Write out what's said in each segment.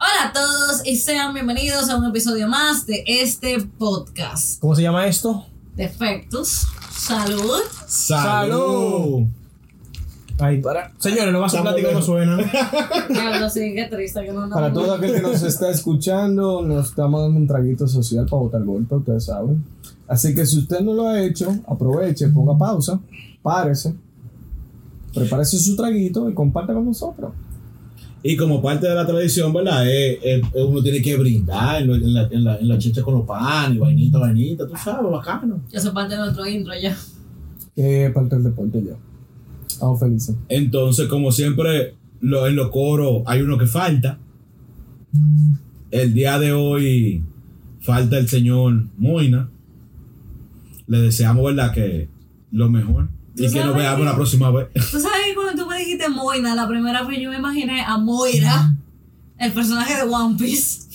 Hola a todos y sean bienvenidos a un episodio más de este podcast. ¿Cómo se llama esto? Defectos, salud. ¡Salud! Ay, para. Señores, lo más Estamos simpático no lejos. suena. Diablo, sí, qué triste que no nos- Para todo aquel que nos está escuchando, nos estamos dando un traguito social para botar golpe, ustedes saben. Así que si usted no lo ha hecho, aproveche, ponga pausa, párese, prepárese su traguito y comparte con nosotros. Y como parte de la tradición, ¿verdad? Eh, eh, uno tiene que brindar en, lo- en la, en, la, en la chicha con los pan y vainita, vainita, tú sabes, bacano. Ya se parte de nuestro intro ya. Que es parte del deporte ya. Estamos felices. Entonces, como siempre, lo- en los coros hay uno que falta. El día de hoy falta el señor Moina. Le deseamos, ¿verdad? Que lo mejor. ¿Tú Y que sabes? nos veamos la próxima vez. Tú sabes que cuando tú me dijiste Moina, la primera vez yo me imaginé a Moira, el personaje de One Piece.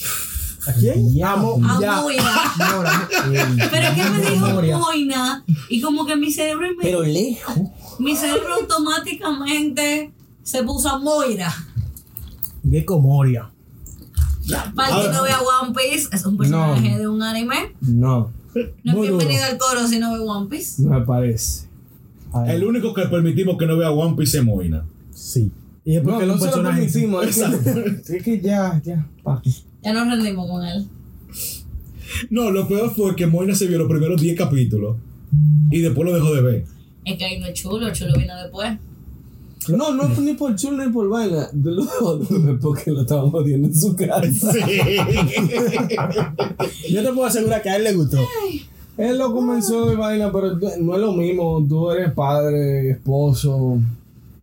¿A quién? Amo. A Ya. Moira. No, la- Pero es que me Memoria. dijo Moina y como que mi cerebro, Pero lejos. mi cerebro automáticamente se puso a Moira. Gecko Moria. Para el que no vea One Piece, es un personaje No. de un anime. No, No es Muy duro. bienvenido al coro si no ve One Piece. no me parece. Ay. El único que permitimos que no vea One Piece es Moina. Sí. Y es No, porque no los se lo personajes. permitimos, es que, es que ya, ya, pa. Ya nos rendimos con él. No, lo peor fue que Moina se vio los primeros 10 capítulos y después lo dejó de ver. Es que ahí no es chulo, chulo vino después. No, no ni por chulo ni por vaina. Yo lo dejo porque lo estábamos jodiendo en su casa. Yo te puedo asegurar que a él le gustó. Él lo comenzó de vaina, pero tú- no es lo mismo. Tú eres padre, esposo,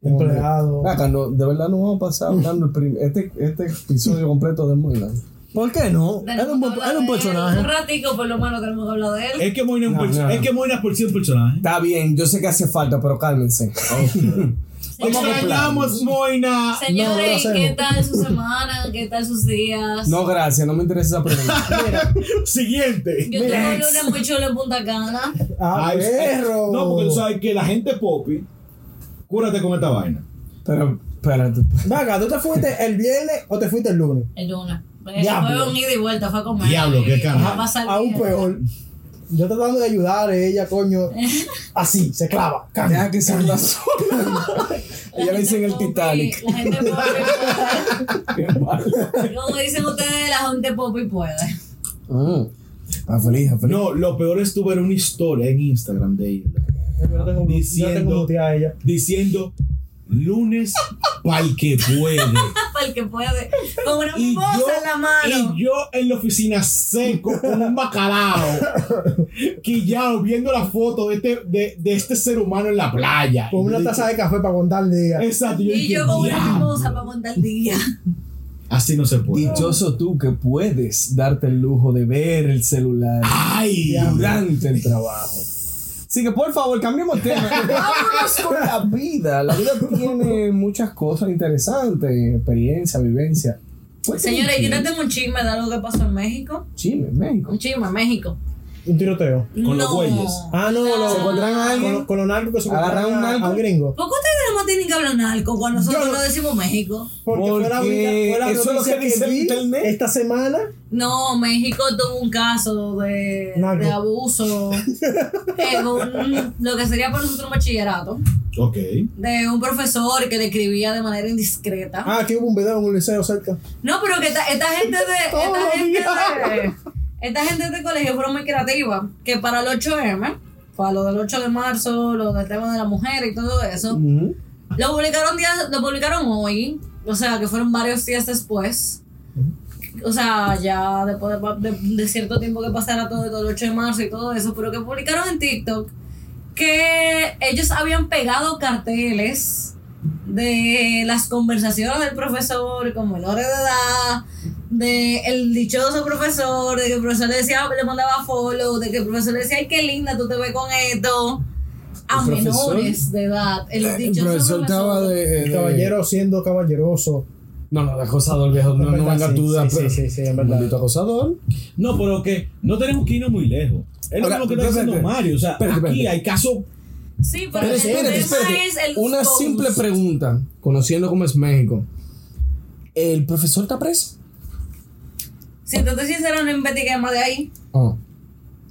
Empleado. hombre. Acá no, de verdad no vamos a pasar hablando el prim- este, este episodio completo de Moylan. ¿Por qué no? Tenemos Era un, buen- que hablar era un de él. Un personaje. Eh, ratico, por lo menos, tenemos que hablar de él. Es que Moina es, un No, perso- no. es que Moina es por sí un personaje. Está bien, yo sé que hace falta, pero cálmense. Extrañamos Moina. Señores, No, no lo ¿qué hacemos. tal su semana? ¿Qué tal sus días? No, gracias, no me interesa esa pregunta. Siguiente. Yo tuve un lunes muy chulo en Punta Cana. A Ay, Ah, eh, perro. No, porque tú sabes que la gente popi, cúrate con esta vaina. Pero, espérate. Vaga, ¿tú te fuiste el viernes o te fuiste el lunes? El lunes. Fue- Diablo. Fue un ida y vuelta, fue a comer. Eh, Diablo, qué carajo. Va a pasar Aún bien. peor. Yo tratando de ayudar, ella, coño. Así, se clava. can. Deja que se la sola. La Ella le dicen gente el pobre, Titanic. La gente pobre, Qué mal. puede. como dicen ustedes, la gente popi puede. Mm. Ah, Está feliz, está feliz. No, lo peor es tuve una historia en Instagram de ella Yo tengo, yo Diciendo- tengo muteada a ella. diciendo lunes pa'l que puede. Para el que puede. Con una Y yo, mimosa en la mano. y yo en la oficina seco con un bacalao, quillao, viendo la foto de este, de, de este ser humano en la playa. Con una taza de café para contar el día. Exacto. yo Y dije, yo con una "Diablo". mimosa para montar el día. Así no se puede. Dichoso tú que puedes darte el lujo de ver el celular. Ay, Ah. durante el trabajo. Así que por favor, cambiemos tema. Vámonos con la vida. La vida tiene muchas cosas interesantes, experiencia, vivencia. Pues, Señores, yo tiene no tengo un chisme de algo que pasó en México. Chile, México. Un chisme en México. Un tiroteo. Con los No. bueyes. Ah, no, lo, ¿Se encuentran a alguien? Con, lo- con los narcos que se ¿Agarran encontraron un a- narco? a un gringo. ¿Por qué ustedes no tienen que hablar narco cuando nosotros Yo- no decimos México? Porque, fue la Porque única- fue la eso es lo noticia que dice vi internet. Esta semana, No, México tuvo un caso de, Narco. de abuso en un- lo que sería para nosotros un bachillerato Ok. de un profesor que le escribía de manera indiscreta. ah, aquí hubo un video en un liceo cerca. No, pero que esta, esta gente de. Esta gente de. Esta gente de colegio fueron muy creativa. Que para el 8M, para lo del 8 de marzo, lo del tema de la mujer y todo eso, Ujú. lo publicaron días, lo publicaron hoy. O sea, que fueron varios días después. O sea, ya después de, de- de cierto tiempo que pasara todo, todo el 8 de marzo y todo eso, pero que publicaron en TikTok que ellos habían pegado carteles de las conversaciones del profesor con menores de edad, de el dichoso profesor, de que el profesor le decía, le mandaba follow, de que el profesor le decía, ay, qué linda, tú te ves con esto, a El profesor- menores de edad. El El dichoso profesor estaba de, de- El caballero siendo caballeroso. No, no, de acosador, viejo. No, En no verdad, venga sí, tú de sí, sí, sí, sí, en verdad. Maldito acosador. No, pero que no tenemos que irnos muy lejos. Es lo Ahora, mismo que está espérate, diciendo Mario. O sea, espérate, aquí espérate. hay casos. Sí, pero Pero el espérate, tema espérate. es el Una post. simple pregunta, conociendo cómo es México. ¿El profesor está preso? Si te estoy sincera, no investigué más de ahí. Ah.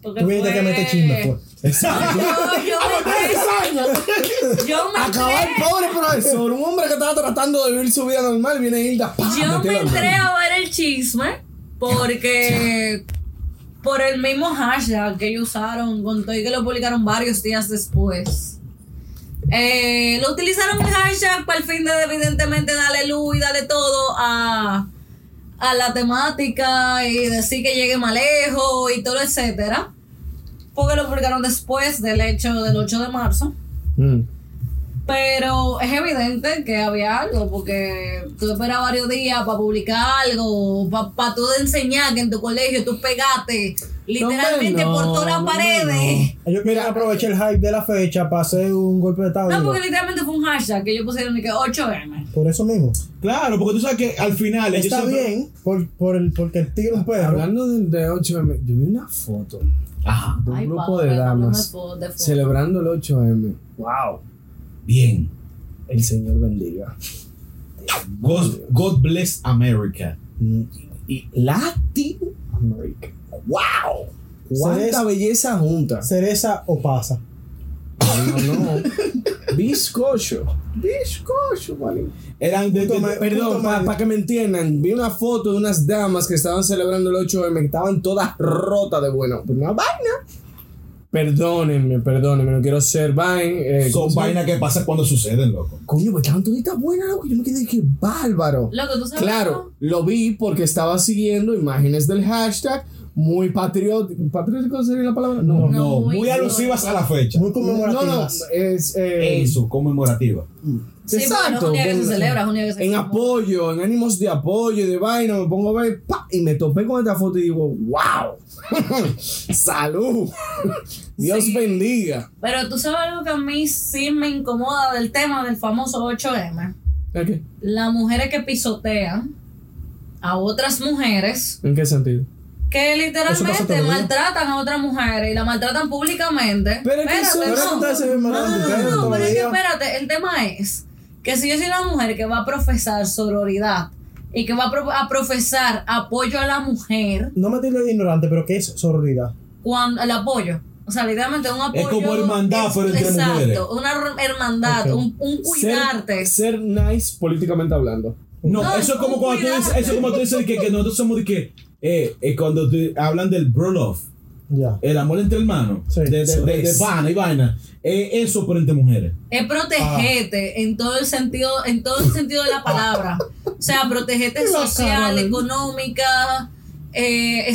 Porque Tú viniste fue- que meter chisme, pues. Ah, Exacto. No, yo me Yo me Acabó el entré- pobre profesor, un hombre que estaba tratando de vivir su vida normal, viene Hilda. ¡pam! Yo me metió la entré mano. a ver el chisme porque por el mismo hashtag que ellos usaron, con todo y que lo publicaron varios días después. Eh, lo utilizaron el hashtag para el fin de evidentemente darle luz y darle todo a, a la temática y decir que llegue más lejos y todo, etcétera. Porque lo publicaron después del hecho del 8 de marzo. Mm. Pero es evidente que había algo, porque tú esperas varios días para publicar algo, para tú enseñar que en tu colegio tú pegaste literalmente No, por todas las no, paredes. Ellos quieren aprovechar el hype de la fecha para hacer un golpe de No, tabla. porque literalmente fue un hashtag que ellos pusieron y que 8M. Por eso mismo. Claro, porque tú sabes que al final. ellos Está siempre- bien por, por el, porque el tigre es un perro. Hablando de, de 8M, yo vi una foto de Ajá. un Ay, grupo padre, de no me damas puedo- de fu- celebrando el 8M. ¡Wow! Bien. El Señor bendiga. God, God bless America. Mm. Y Latin America. ¡Wow! Se ¡Cuánta des- belleza junta! Cereza o pasa. No, no. Bizcocho. Bizcocho, vale. Eran de. de- Punto me- Perdón, punto para medio. que me entiendan, vi una foto de unas damas que estaban celebrando el 8M, que estaban todas rotas de bueno. Pero una vaina. Perdónenme, perdónenme, no quiero ser vain. eh, ¿cómo son se llama? vainas que pasan cuando suceden, loco. Coño, pues estaban toditas buenas, loco. Yo me quedé que bárbaro. Loco, tú sabes. Claro, lo vi porque estaba siguiendo imágenes del hashtag muy patriótico. ¿Patriótico sería la palabra? No, No. No, muy muy, alusivas a la fecha. Muy No, no, conmemorativas. es. eh, Eso, conmemorativa. Sí, Exacto. Exacto. que se con- celebra, es un día que se en celebra. apoyo, en ánimos de apoyo, de vaina, me pongo a ver, ¡pa! y me topé con esta foto y digo, wow, salud, Dios Sí. bendiga. Pero tú sabes algo que a mí sí me incomoda del tema del famoso 8M. ¿En qué? Las mujeres que pisotean a otras mujeres. ¿En qué sentido? que Eso pasa todo literalmente el día. maltratan a otras mujeres y la maltratan públicamente. Pero es que Espérate, eso- Pero no, es que ustedes se ven mal no, entre ustedes no, todo pero el es que día. espérate, el tema es que si yo soy una mujer que va a profesar sororidad y que va a, pro- a profesar apoyo a la mujer, No me tires de ignorante, pero ¿qué es sororidad? cuando el apoyo, o sea, literalmente un apoyo. Es como hermandad, pero entre Exacto, mujeres. una her- hermandad, Ok. un, un cuidarte. Ser, ser nice políticamente hablando. No, No, eso es como no, cuando tú dices, cuidado. eso es como tú dices que, que nosotros somos de que eh, eh, cuando te hablan del bro love, Ya. el amor entre hermanos, Sí, de, de, eso de- de es. vaina y vaina, eh, eso pero entre mujeres. Es protegerte en todo el sentido, en todo el sentido de la palabra. O sea, protegerte La cara, social, ¿no? económica, eh,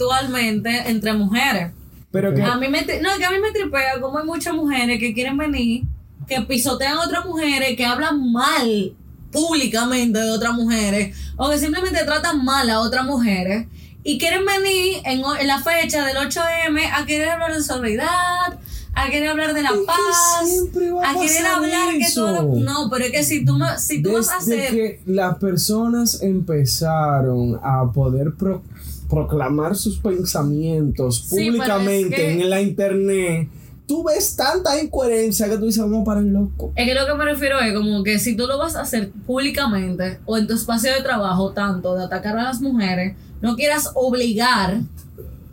espiritualmente entre mujeres. Pero que, A mí me tri- no, que a mí me tripea como hay muchas mujeres que quieren venir, que pisotean a otras mujeres, que hablan mal públicamente de otras mujeres, o que simplemente tratan mal a otras mujeres, y quieren venir en, o- en la fecha del 8M a querer hablar de solidaridad, a querer hablar de la que paz, siempre va a a querer pasar hablar que eso. todo... No, pero es que si tú, ma- si tú vas a desde hacer... que las personas empezaron a poder pro- proclamar sus pensamientos Sí, pero es públicamente que- en la internet, tú ves tanta incoherencia que tú dices, vamos para el loco. Es que lo que me refiero es como que si tú lo vas a hacer públicamente o en tu espacio de trabajo, tanto de atacar a las mujeres, no quieras obligar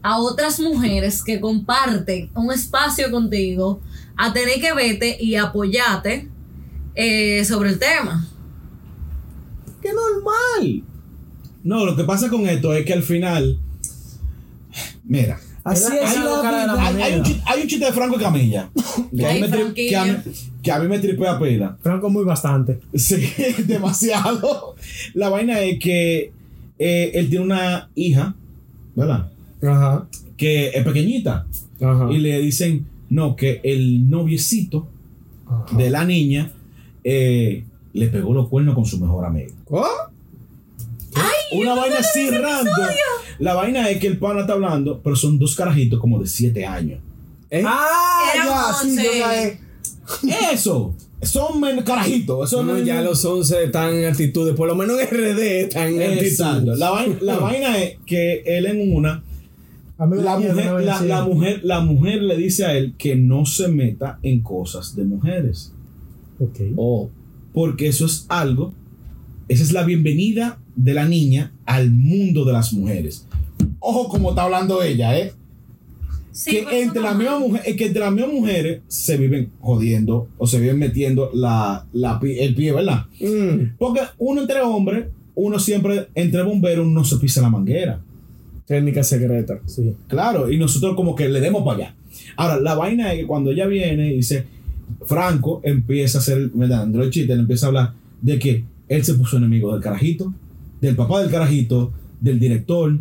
a otras mujeres que comparten un espacio contigo a tener que vete y apoyarte eh, sobre el tema. ¡Qué normal! No, lo que pasa con esto es que al final, mira, Así Era- es era la cara de la la vida. hay, hay un, chiste, hay un chiste de Franco Camilla que, a mí Ay, me tri- que, a mí, que a mí me tripea pila. Franco muy bastante. Sí, demasiado. La vaina es que eh, él tiene una hija, ¿verdad? Ajá, Que es pequeñita. ajá. Y le dicen, no, que el noviecito ajá. de la niña eh, le pegó los cuernos con su mejor amigo. ¿Oh? una vaina así random. La vaina es que el pana está hablando, pero son dos carajitos como de 7 años. ¿Eh? ¡Ah! Era ya, once. sí, yo caí. Eso. Son men- carajitos. Eso No, no- ya los 11 están en actitudes, por lo menos en RD están en Exacto. actitudes. La vaina, la vaina es que él en una Amigo, La mierda, no mujer, vaya la, a la decir. mujer, la mujer le dice a él que no se meta en cosas de mujeres. Ok. Oh, Porque eso es algo Esa es la bienvenida de la niña al mundo de las mujeres. Ojo como está hablando ella, ¿eh? Sí, pero que, eso entre no- las mismas mujeres, que entre las mismas mujeres se viven jodiendo o se viven metiendo la, la, pi- el pie, ¿verdad? Mm, Porque uno entre hombres, uno siempre, entre bomberos, uno se pisa la manguera. técnica secreta. Sí. Claro, y nosotros como que le demos para allá. Ahora, la vaina es que cuando ella viene y dice, Franco empieza a hacer, ¿verdad? Android Chita le empieza a hablar de que él se puso enemigo del carajito, del papá del carajito, del director,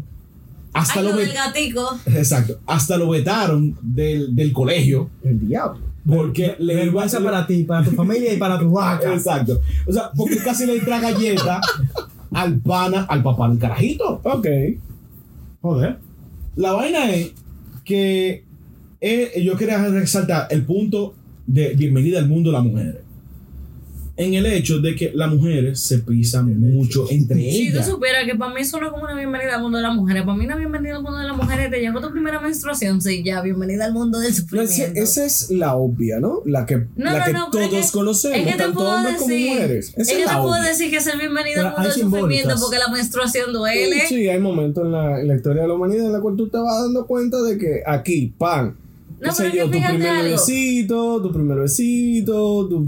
hasta Ay, lo lo ve- del gatico. Exacto, hasta lo vetaron del, del colegio El diablo. porque le Vergüenza para ti, para tu familia y para tu vaca. Exacto. O sea, porque casi le entra galleta al pana, al papá del carajito. Ok. Joder. La vaina es que eh, yo quería resaltar el punto de bienvenida al mundo de las mujeres. En el hecho de que las mujeres se pisan mucho entre Si tú ellas. supieras que para mí eso no es como una bienvenida al mundo de las mujeres. Para mí una bienvenida al mundo de las mujeres te llegó tu primera menstruación. Sí, ya, bienvenida al mundo del No, sufrimiento. ese- Pues, esa es la obvia, ¿no? La que, No, la no, que no, pero todos es que- conocemos, es que te tanto puedo hombres como decir, mujeres. es Esa que es te la puedo obvia. decir que es el bienvenido Pero al mundo hay del sufrimiento simbólicas. porque la menstruación duele. Sí, hay momentos en la, en la historia de la humanidad en la cual tú te vas dando cuenta de que aquí, pan. No, qué sé pero es que yo, tu fíjate primer algo. besito, tu primer besito, tu,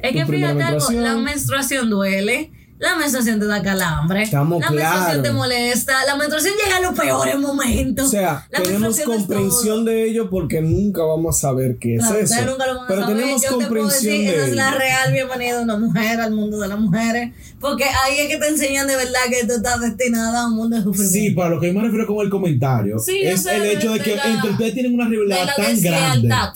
Es tu que primera fíjate algo, la menstruación. menstruación duele, la menstruación te da calambre, Estamos la menstruación claro. te molesta, la menstruación llega a los peores momentos. O sea, La tenemos menstruación es comprensión de ello porque nunca vamos a saber qué es Claro, eso. ustedes nunca lo van a pero saber. tenemos Yo te puedo comprensión decir, de esa es la ello. real bienvenida de una mujer al mundo de las mujeres. Porque ahí es que te enseñan de verdad que tú estás destinada a un mundo de Sí, sufrimiento. para lo que me refiero con el comentario, Sí, yo es sé, el de- hecho de, de que la- entre ustedes tienen una de rivalidad la tan grande. deslealtad.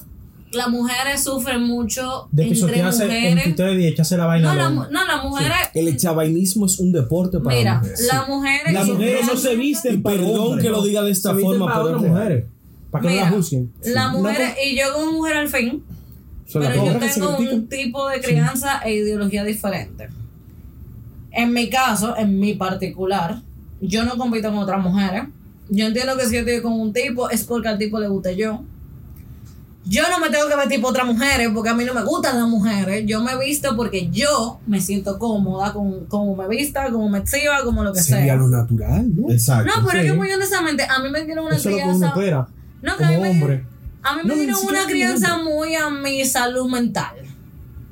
Las mujeres sufren mucho De entre pisotearse mujeres. entre ustedes y echarse la vaina. no, la al mu- hombre. no, las mujeres. El chavainismo es un deporte para Mira, mujeres. las mujeres. Las mujeres no se realmente- Y visten para perdón hombres. que lo diga de esta Se visten forma, para pero otras es real. mujeres. Para que Mira, no la juzguen. Las No, mujeres, y yo como mujer al fin, Son las pero yo mujeres que se tengo un critican. tipo de crianza e ideología diferente. En mi caso, en mi particular, yo no compito con otras mujeres. Yo entiendo que si yo estoy con un tipo es porque al tipo le guste yo. Yo no me tengo que vestir por otras mujeres porque a mí no me gustan las mujeres. Yo me visto porque yo me siento cómoda con como me vista, como me exhiba, como lo que Sería sea. lo natural, ¿no? Exacto. No, pero es Sí. que muy honestamente, a mí me dieron una Eso es lo que uno crianza. espera. No, que a mí Como me hombre. a mí No, me ni dieron siquiera una me crianza muy a mi salud mental.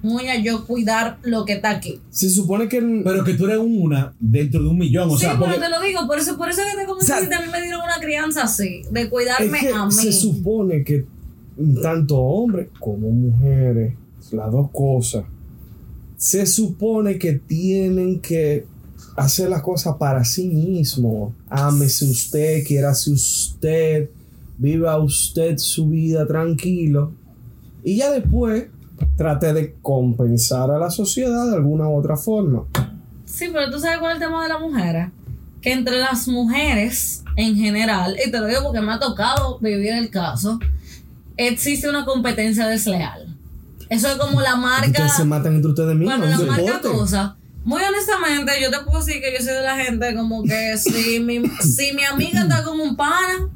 Muy a yo cuidar lo que está aquí. Se supone que Pero que tú eres una dentro de un millón. O sí, sea, pero porque- te lo digo, por eso, por eso que te comenté, O sea, que a mí me dieron una crianza así, de es cuidarme que a mí. se supone que tanto hombres como mujeres, las dos cosas, se supone que tienen que hacer las cosas para sí mismo. Ámese usted, quiérase usted, viva usted su vida tranquilo. Y ya después trate de compensar a la sociedad de alguna u otra forma. Sí, pero tú sabes cuál es el tema de las mujeres. Que entre las mujeres en general, y te lo digo porque me ha tocado vivir el caso, existe una competencia desleal. Eso es como la marca. Ustedes se matan entre ustedes mismos. Bueno, es la un marca deporte. cosa. Muy honestamente, yo te puedo decir que yo soy de la gente como que si mi, si mi amiga está con un pana,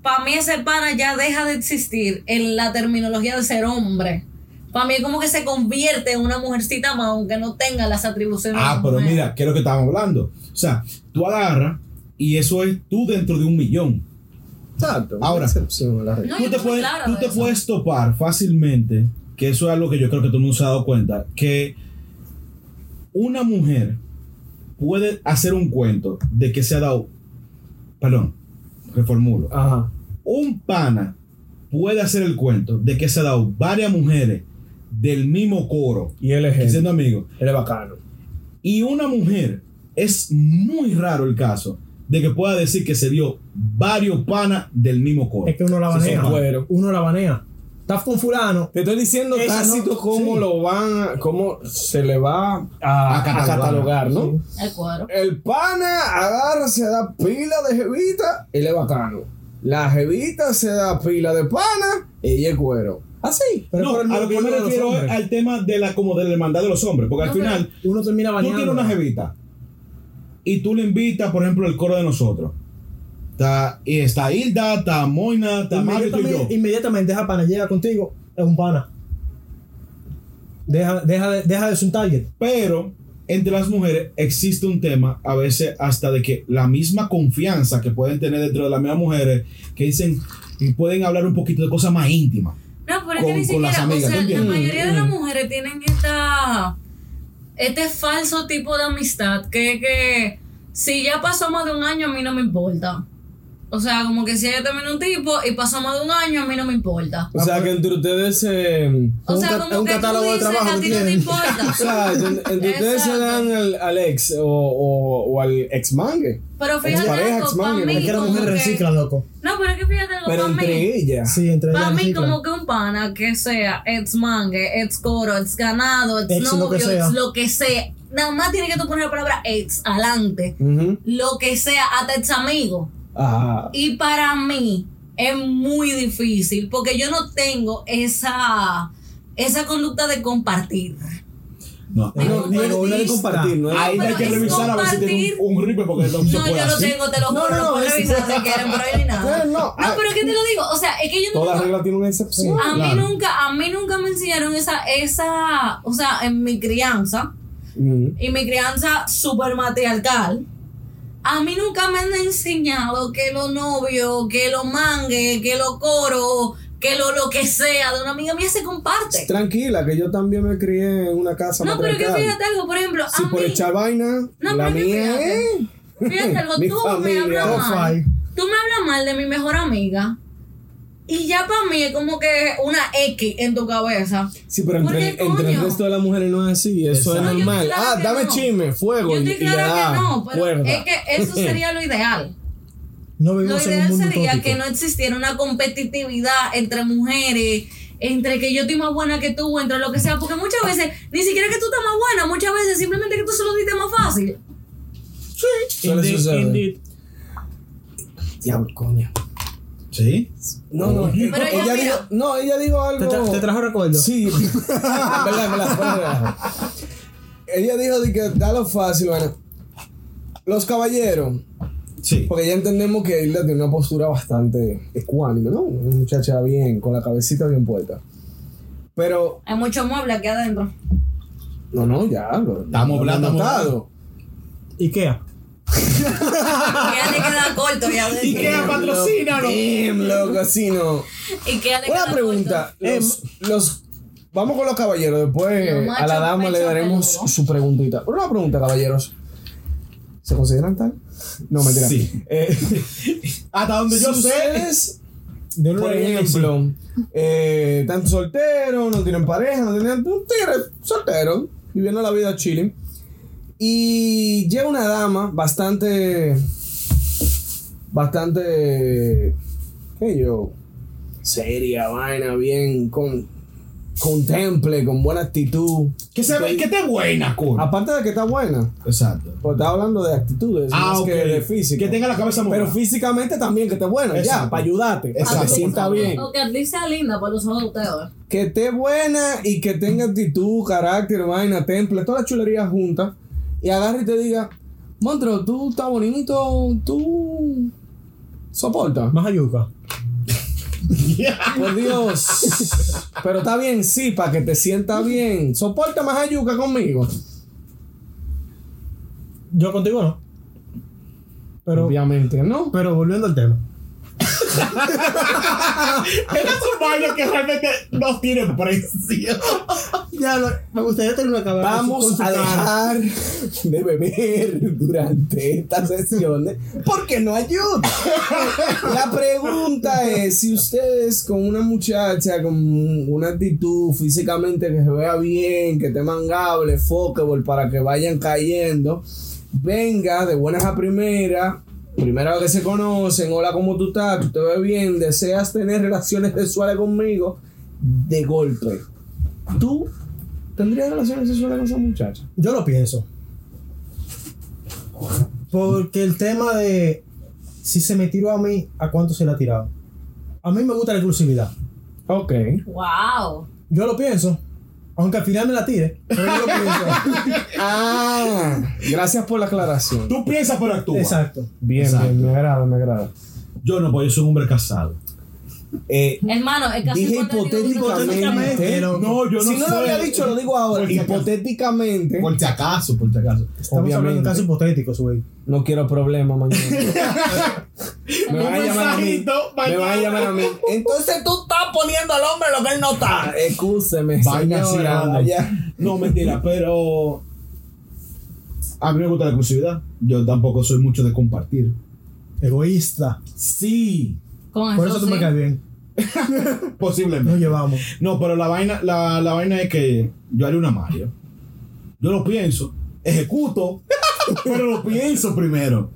para mí ese pana ya deja de existir en la terminología de ser hombre. Para mí es como que se convierte en una mujercita más, aunque no tenga las atribuciones. de Ah, una pero mujer. mira, ¿qué es lo que estábamos hablando? O sea, tú agarras y eso es tú dentro de un millón. Exacto. una Ahora. excepción a la regla. No, yo tú te, estoy puedes, clara tú de te eso. puedes topar fácilmente, que eso es algo que yo creo que tú no se has dado cuenta, que una mujer puede hacer un cuento de que se ha dado, perdón, reformulo, Ajá. un pana puede hacer el cuento de que se ha dado varias mujeres del mismo coro, Y él es él. siendo amigos, Él es bacano. Y una mujer es muy raro el caso de que pueda decir que se dio varios panas del mismo coro. Es que uno la Sí, son banea. panas. cuero. Uno la banea. Estás con fulano. Te estoy diciendo Eso tácito no- cómo sí. lo van, a- cómo se le va a, A catalogar. a catalogar, ¿no? El cuadro. El pana agarra, se da pila de jevita, él es bacano. La jevita se da pila de pana, ella es cuero. Así. Pero no, por el a lo que yo mismo me de los refiero es hombres. al tema de la como de la hermandad de los hombres, porque al No, final Uno termina tú baneando. tienes una jevita y tú le invitas, por ejemplo, el coro de nosotros. Está, y está Hilda, está Moina, está Mario y tú y yo. Inmediatamente, inmediatamente esa pana llega contigo, es un pana. Deja, deja, de, deja de ser un target. Pero entre las mujeres existe un tema, a veces hasta de que la misma confianza que pueden tener dentro de las mismas mujeres, que dicen y pueden hablar un poquito de cosas más íntimas. No, pero es que Con- ni con las siquiera, amigas, o ¿tú sea, la entiendes? mayoría de las mujeres tienen esta, este falso tipo de amistad que, que si ya pasó más de un año a mí no me importa. O sea, como que si yo terminé un tipo y pasó más de un año a mí no me importa. O sea, que entre ustedes se. O un sea, ca- como es un que catálogo tú de dices trabajo que a que ti no te tienen. O sea, importa. entre, entre ustedes se Exacto. dan al, al ex o, o, o al ex mangue. Pero fíjate pareja, algo, para exmangue, mí Es que las como mujeres que- reciclan, loco. No, pero es que fíjate algo, Pero para mí. entre ellas. Sí, entre ellas Para mí, reciclan. como que un pana que sea ex mangue, ex coro, ex ganado, ex, Ex lo novio, que sea. ex lo que sea, nada más tiene que tú poner la palabra ex adelante. Ujú. Lo que sea, hasta ex amigo. Ajá. Y para mí es muy difícil porque yo no tengo esa, esa conducta de compartir. No, Pero- No, no, no, no de egoísta. compartir, ¿no? ahí pero hay que es revisar a ver si tiene un, un ripio porque no se No, puede yo no así. tengo, te lo No, juro. No, no, puedes es- revisar si quieren por ahí ni nada. No, no, No, ah, pero es que te lo digo. O sea, es que yo no Toda tengo- regla tiene una excepción. A mí Claro. nunca, a mí nunca me enseñaron esa, esa, o sea, en mi crianza, Ujú. y mi crianza súper matriarcal, a mí nunca me han enseñado que lo novio, que lo mangue, que lo coro, que lo lo que sea de una amiga mía se comparte. Tranquila, que yo también me crié en una casa No, pero que matriarcal. fíjate algo, por ejemplo, Si a por mí, echar vaina, No, la pero que mía fíjate. es. fíjate algo, mi tú familia, me hablas Ojo mal, ahí. tú me hablas mal de mi mejor amiga, y ya para mí es como que una X en tu cabeza. Sí, pero entre, Porque, entre el coño. resto de las mujeres no es así, eso Exacto. es No, yo normal. claro ah, que dame no. chisme, fuego. Yo y- estoy y le clara da que no, pero cuerda. es que eso sería lo ideal. No Lo vivimos en un ideal mundo sería utópico. que no existiera una competitividad entre mujeres, entre que yo estoy más buena que tú, entre lo que sea, porque muchas veces, ni siquiera que tú estás más buena, muchas veces simplemente que tú se lo diste más fácil. Suele suceder. Diablo, coño. Sí. No, no, eh, Pero ella ella, dijo, mira. no, ella dijo algo. ¿Te, tra- te trajo recuerdo? Sí, verdad, verdad, verdad. Ella dijo de que da lo fácil, bueno. Los caballeros, Sí. porque ya entendemos que Hilda tiene una postura bastante ecuánime, ¿no? Una muchacha bien, con la cabecita bien puesta. Pero, Hay mucho mueble aquí adentro. no, no, ya. Estamos lo- lo hemos hablando, estamos notado. Ikea. Ikea te queda corto ya. ves. Ikea, patrocínanos. Damn, Em, loco, así no. Ikea te Una queda pregunta. Los, los- vamos con los caballeros. Después Los a la machos, dama le pechos daremos peludos. su preguntita. Una pregunta, caballeros. ¿Se consideran tal? No, mentira. Sí. Eh, Hasta donde yo si sé. ustedes, De una por manera, sí. ejemplo, eh, están solteros, no tienen pareja, no tienen un tigre soltero, viviendo la vida chilling. Y llega una dama bastante. Bastante. ¿Qué yo? Seria, vaina, bien, con. Contemple, con buena actitud. Que se ve que te buena, cool. Aparte de que está buena, Exacto. pues está hablando de actitudes, Ah, más ok. que de física. Que tenga la cabeza muy Pero baja. físicamente también que esté buena, ya, Exacto. para ayudarte, para que Exacto, te sienta por favor. bien. O que a ti sea linda para los ojos de ustedes. ¿eh? Que esté buena y que tenga actitud, carácter, vaina, temple, todas las chulerías juntas. Y agarre y te diga, Montro, tú estás bonito, tú soporta. Más ayuca. Por Dios. Pero está bien, sí, para que te sienta bien. Soporta más ayuca conmigo. Yo contigo no. Pero, Obviamente, ¿no? pero volviendo al tema. Esas son vainas que realmente no tienen precio. Ya, lo- me gustaría tener una cabeza. con Vamos su a cara. dejar de beber durante estas sesiones porque no ayuda. La pregunta es si ustedes con una muchacha con una actitud físicamente que se vea bien, que esté mangable, fuckable para que vayan cayendo, venga de buenas a primeras. Primera vez que se conocen, hola, ¿cómo tú estás? ¿Tú te ves bien? ¿Deseas tener relaciones sexuales conmigo? De golpe. ¿Tú ¿Tendría relaciones sexuales con esa muchacha? Yo lo pienso. Porque el tema de si se me tiró a mí, ¿a cuánto se le ha tirado? A mí me gusta la exclusividad. Ok. Wow. Yo lo pienso. Aunque al final me la tire. Pero yo lo pienso. Ah, gracias por la aclaración. Tú piensas pero actúas. Exacto. Bien, Exacto. bien, me agrada, me agrada. Yo no, porque yo soy un hombre casado. Eh, Hermano, el caso Dije hipotético. hipotéticamente. Hipotéticamente, loco. No, yo no si no lo soy- había dicho, lo digo ahora. Por si acaso. Hipotéticamente, Por si acaso, por si acaso. Estamos hablando de un Obviamente. caso hipotético, güey. no quiero problemas mañana. me van a llamar a mí. Mensajito, Me van a mañana. llamar a mí. Entonces tú estás poniendo al hombre lo que él no está. Excúseme, Vaina así señora, anda. ya. No, mentira, pero. A mí me gusta la exclusividad. Yo tampoco soy mucho de compartir. Egoísta. Sí, Con Por eso tú sí. me caes bien. Nos posiblemente. llevamos. No, pero la vaina, la, la vaina es que yo haré una Mario. Yo lo pienso, ejecuto, pero lo pienso primero.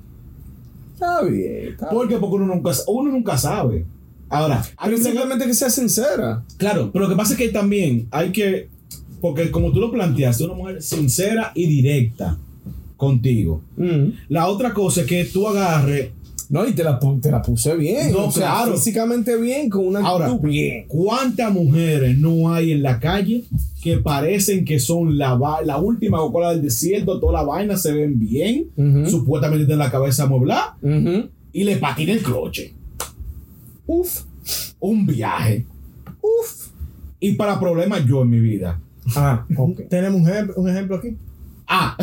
Está bien. Está bien. ¿Por qué? Porque uno nunca, uno nunca sabe. Ahora, hay Pero un regla- simplemente que sea sincera. Claro, pero lo que pasa es que también hay que, porque como tú lo planteaste, una mujer sincera y directa contigo. Mm. La otra cosa es que tú agarres No, y te la, pu- te la puse bien. No, o sea, claro. Físicamente bien, con una Ahora, actitud bien. cuántas mujeres no hay en la calle que parecen que son la, va- la última Coca-Cola del desierto, toda la vaina se ven bien, Ujú. supuestamente tienen la cabeza amueblada Ujú. y le patina el cloche. Uf, Un viaje. uf. Y para problemas yo en mi vida. Ah, ok. Tenemos un ejemplo, un ejemplo aquí. Ah,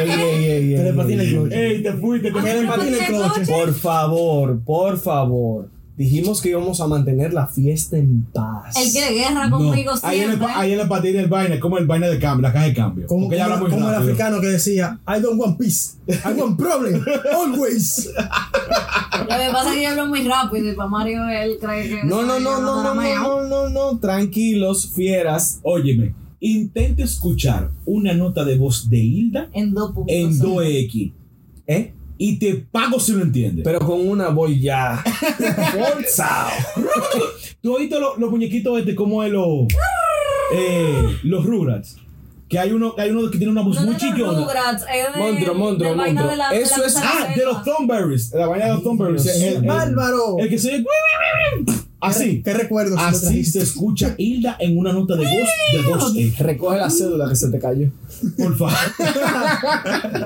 Ey, ey, ey, ey, Telepatina ey, y ey. gloria. ey, te fuiste, te Tiene fuiste. patina y cloche. Por favor, por favor. Dijimos que íbamos a mantener la fiesta en paz. Él quiere guerra No, conmigo Ahí en, el, siempre. pa- ahí en la patina el vaina, es como el vaina de cambio, la caja de cambio. Como, Porque ella habla como- muy como el rápido. africano que decía, I don't want peace, I want problem, Oh, always. Lo que pasa es que yo hablo muy rápido y para Mario él cree que. No, no, no, no, no, no, no, no, no. Tranquilos, fieras. Óyeme, intenta escuchar una nota de voz de Hilda En dos puntos. en 2X ¿Eh? y te pago si lo entiendes. Pero con una voy ya. Forzao. ¿Tú oíste los, los muñequitos este como es los eh, los Rugrats? Que hay uno, hay uno que tiene una voz No, no, muy no, chillona. Rugrats, es de- Mondro, Mondro, de vaina Mondro. de la- de la Eso es- cosa Ah, de los Thornberries. La vaina de los Thornberries. Dios El, el- ¡Bárbaro! el que se Así. ¿Qué recuerdos? Así se escucha Hilda en una nota de voz de voz X. Recoge la cédula que se te cayó. Por favor.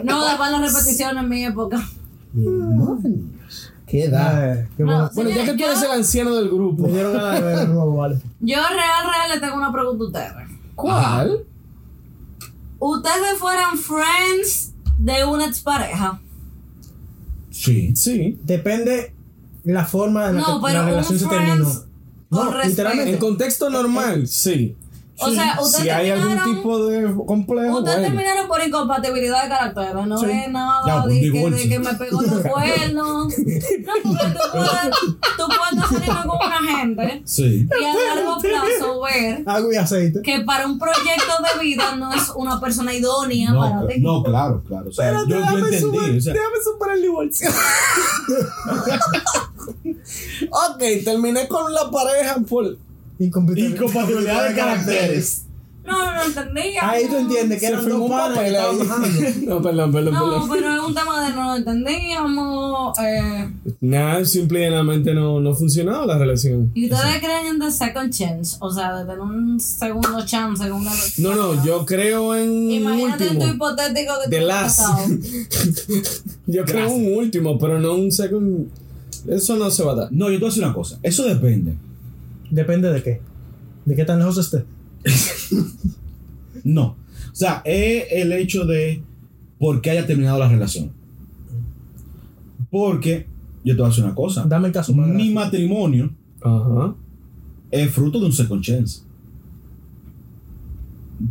No, daban las repeticiones en mi época. ¿Qué Ay, Ah, qué No, bueno. Bueno, ya que tú eres el anciano del grupo. Me dieron ganas de ver de nuevo, vale. Yo real, real le tengo una pregunta a ustedes. ¿Cuál? ¿Ustedes fueran friends de una expareja? Sí. Sí. Depende la forma en la No, que la pero un relación se terminó. friends con No, En literalmente. respeto. contexto normal, sí. Este. O sea, ustedes Si hay algún terminaron- tipo de complejo, Ustedes bueno. terminaron por incompatibilidad de caracteres, no es Ya, nada un de que, divorcio. de que me pegó los cuernos. No, porque tú puedes, tú puedes estar saliendo con una gente Sí. y a largo plazo ver Agua y aceite. que para un proyecto de vida no es una persona idónea No, para cl- ti. no, claro, claro. O sea, yo, yo entendí. o sea, déjame superar el divorcio. ok, terminé con la pareja por. Incompatibilidad, incompatibilidad de caracteres. No, no entendía. Ahí tú entiendes que Se eran firmó un dos panas que papel estaban ahí. bajando. No, perdón, perdón, No, perdón. pero es un tema de no lo entendíamos. eh, Nada, simple y llanamente no, no funcionaba la relación. ¿Y ustedes creen en the second chance? O sea, de tener un segundo chance en una No, no, yo creo en un Imagínate tú último. hipotético que The tú last. has pasado. Yo creo en un último, pero no un segundo. Eso no se va a dar. No, yo te voy a decir una cosa. Eso depende. Depende de qué. De qué tan lejos esté. No. O sea, es el hecho de por qué haya terminado la relación. Porque, yo te voy a decir una cosa. Dame el caso más Mi grave. matrimonio Ajá. es fruto de un second chance.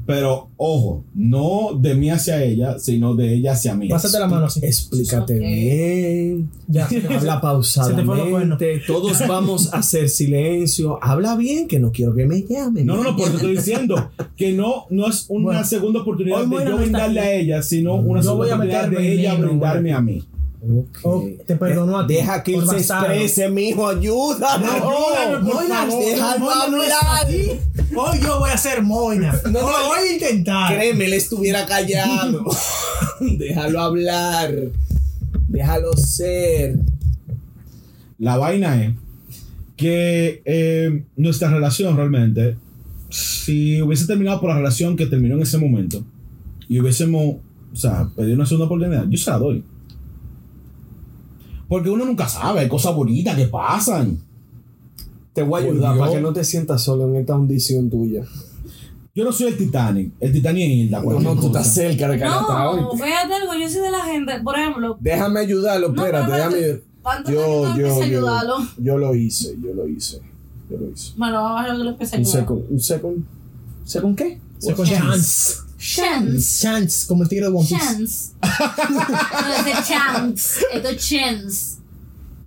Pero, ojo, no de mí hacia ella, sino de ella hacia mí. Pásate la mano así. Explícate Ok. bien. Ya. se te fue- Habla Se te fue lo bueno. pausadamente. Todos vamos a hacer silencio. Habla bien, que no quiero que me llamen. No, no, no, por eso estoy diciendo que no, no es una Bueno. segunda oportunidad Hoy de Moira yo no está brindarle aquí. a ella, sino una Yo voy segunda a oportunidad meterme de en ella negro, brindarme Moira. a mí. Ok. Oh, te perdono a ti. Deja que él Por se bastardo. exprese, mijo. Ayuda. ayúdame, por favor. Déjalo Moira no está hablar. aquí. Hoy yo voy a ser Moina. No, no, lo voy a intentar. Créeme, él estuviera callado. Déjalo hablar. Déjalo ser. La vaina es que eh, nuestra relación realmente, si hubiese terminado por la relación que terminó en ese momento y hubiésemos, o sea, pedido una segunda oportunidad, yo se la doy. Porque uno nunca sabe, hay cosas bonitas que pasan. Te voy a Por ayudar Dios. para que no te sientas solo en esta hundición tuya. Yo no soy el Titanic. El Titanic es Hilda. No, cualquier no, tú cosa. estás cerca de Canatra No, hoy. fíjate algo, yo soy de la gente, por ejemplo. Déjame ayudarlo, No, espérate, pero déjame. espérate. ¿Cuánto tiempo Yo, tengo que yo, ayudarlo? yo, yo lo hice, yo lo hice, yo lo hice. Bueno, vamos a ver lo que se Un ayuda. second, un second, second qué? Second chance. Chance. Chance, como el tigre de One Piece. Chance. no, es de chance. Esto es chance.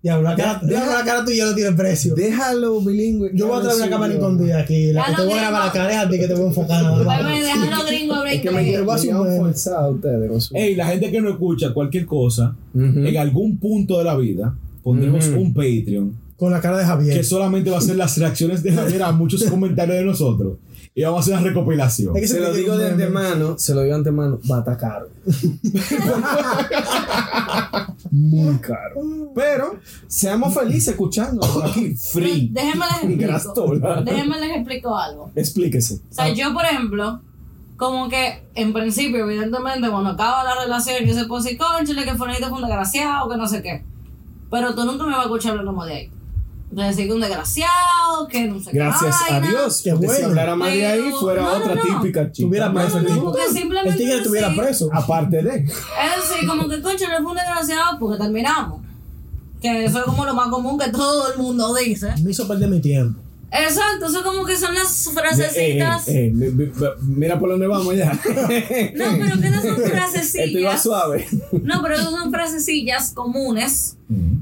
Diablo, la cara, Deja- diablo, la cara tuya no tiene precio. Déjalo bilingüe. Yo voy a traer una cámara escondida aquí. La que Ya te lo voy a grabar la digo. cara es a ti que te voy a enfocar nada Bye, bye, más. déjalo gringo, Es que me gringo. voy a me han sumar. forzado a ustedes. con su- Ey, la gente que no escucha cualquier cosa, Ujú. en algún punto de la vida, pondremos Ujú. un Patreon Con la cara de Javier. que solamente va a ser las reacciones de Javier a muchos comentarios de nosotros. Y vamos a hacer una recopilación. Es que Se ese lo tigre digo es de un meme. antemano, se lo digo de antemano, va a estar caro. Muy caro. Pero seamos felices escuchando aquí, free. Déjenme les Gracias, explico. Tola. Déjenme les explico algo. Explíquese. O sea, yo, por ejemplo, como que en principio, evidentemente, cuando acaba la relación, yo sé, pues sí, cónchale, que Fulanito fue un desgraciado, que no sé qué. Pero tú nunca me vas a escuchar hablar como de ahí. De decir que un desgraciado, que no sé qué. Gracias a vaina. Dios. Qué porque Si bueno. hablara más de ahí, Pero- fuera no, no, otra no. típica chica. Tuviera No, preso el no, tipo. no, que simplemente El tigre decir- estuviera preso. Aparte de. Es decir, como que concha fue un desgraciado porque terminamos. Que eso es como lo más común que todo el mundo dice. pues, Me hizo perder mi tiempo. Exacto, eso como que son las Eh, eh, frasecitas. eh, mi- mi- mira por dónde vamos ya. eh. No, pero que no son Esto iba frasecillas. suave. No, pero esas son frasecillas comunes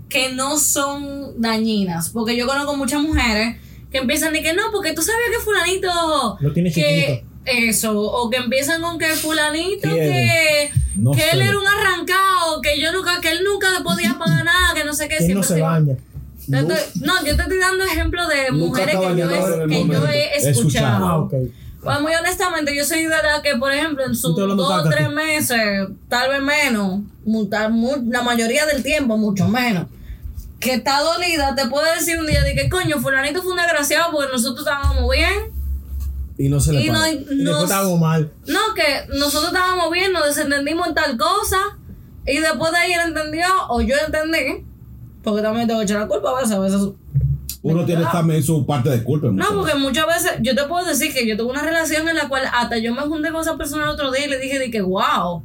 que no son dañinas. Porque yo conozco muchas mujeres que empiezan de que no, porque tú sabías que fulanito. Lo tiene que eso, o que empiezan con que fulanito que, Quiere. No que él sé. era un arrancado, que yo nunca, que él nunca le podía pagar nada, que no sé qué, Que él no se iba- baña. Yo estoy- no, yo te estoy dando ejemplo de Nunca mujeres estaba que yo, bañadora en he, el que yo momento. he He escuchado. escuchado. Ah, ok. Pues muy honestamente, yo soy de la que, por ejemplo, en sus Estoy hablando dos o caca. tres meses, tal vez menos, mu- tal- mu- la mayoría del tiempo, mucho menos, que está dolida, te puede decir un día de que coño, fulanito fue un desgraciado porque nosotros estábamos bien Y no se le y no, para. Y después nos- te hago mal. no, que nosotros estábamos bien, nos desentendimos en tal cosa y después de ahí él entendió o yo entendí, porque también tengo que echar la culpa a veces, a veces Uno tiene también su parte de culpa. No, muchas porque muchas veces yo te puedo decir que yo tuve una relación en la cual hasta yo me junté con esa persona el otro día y le dije de que wow.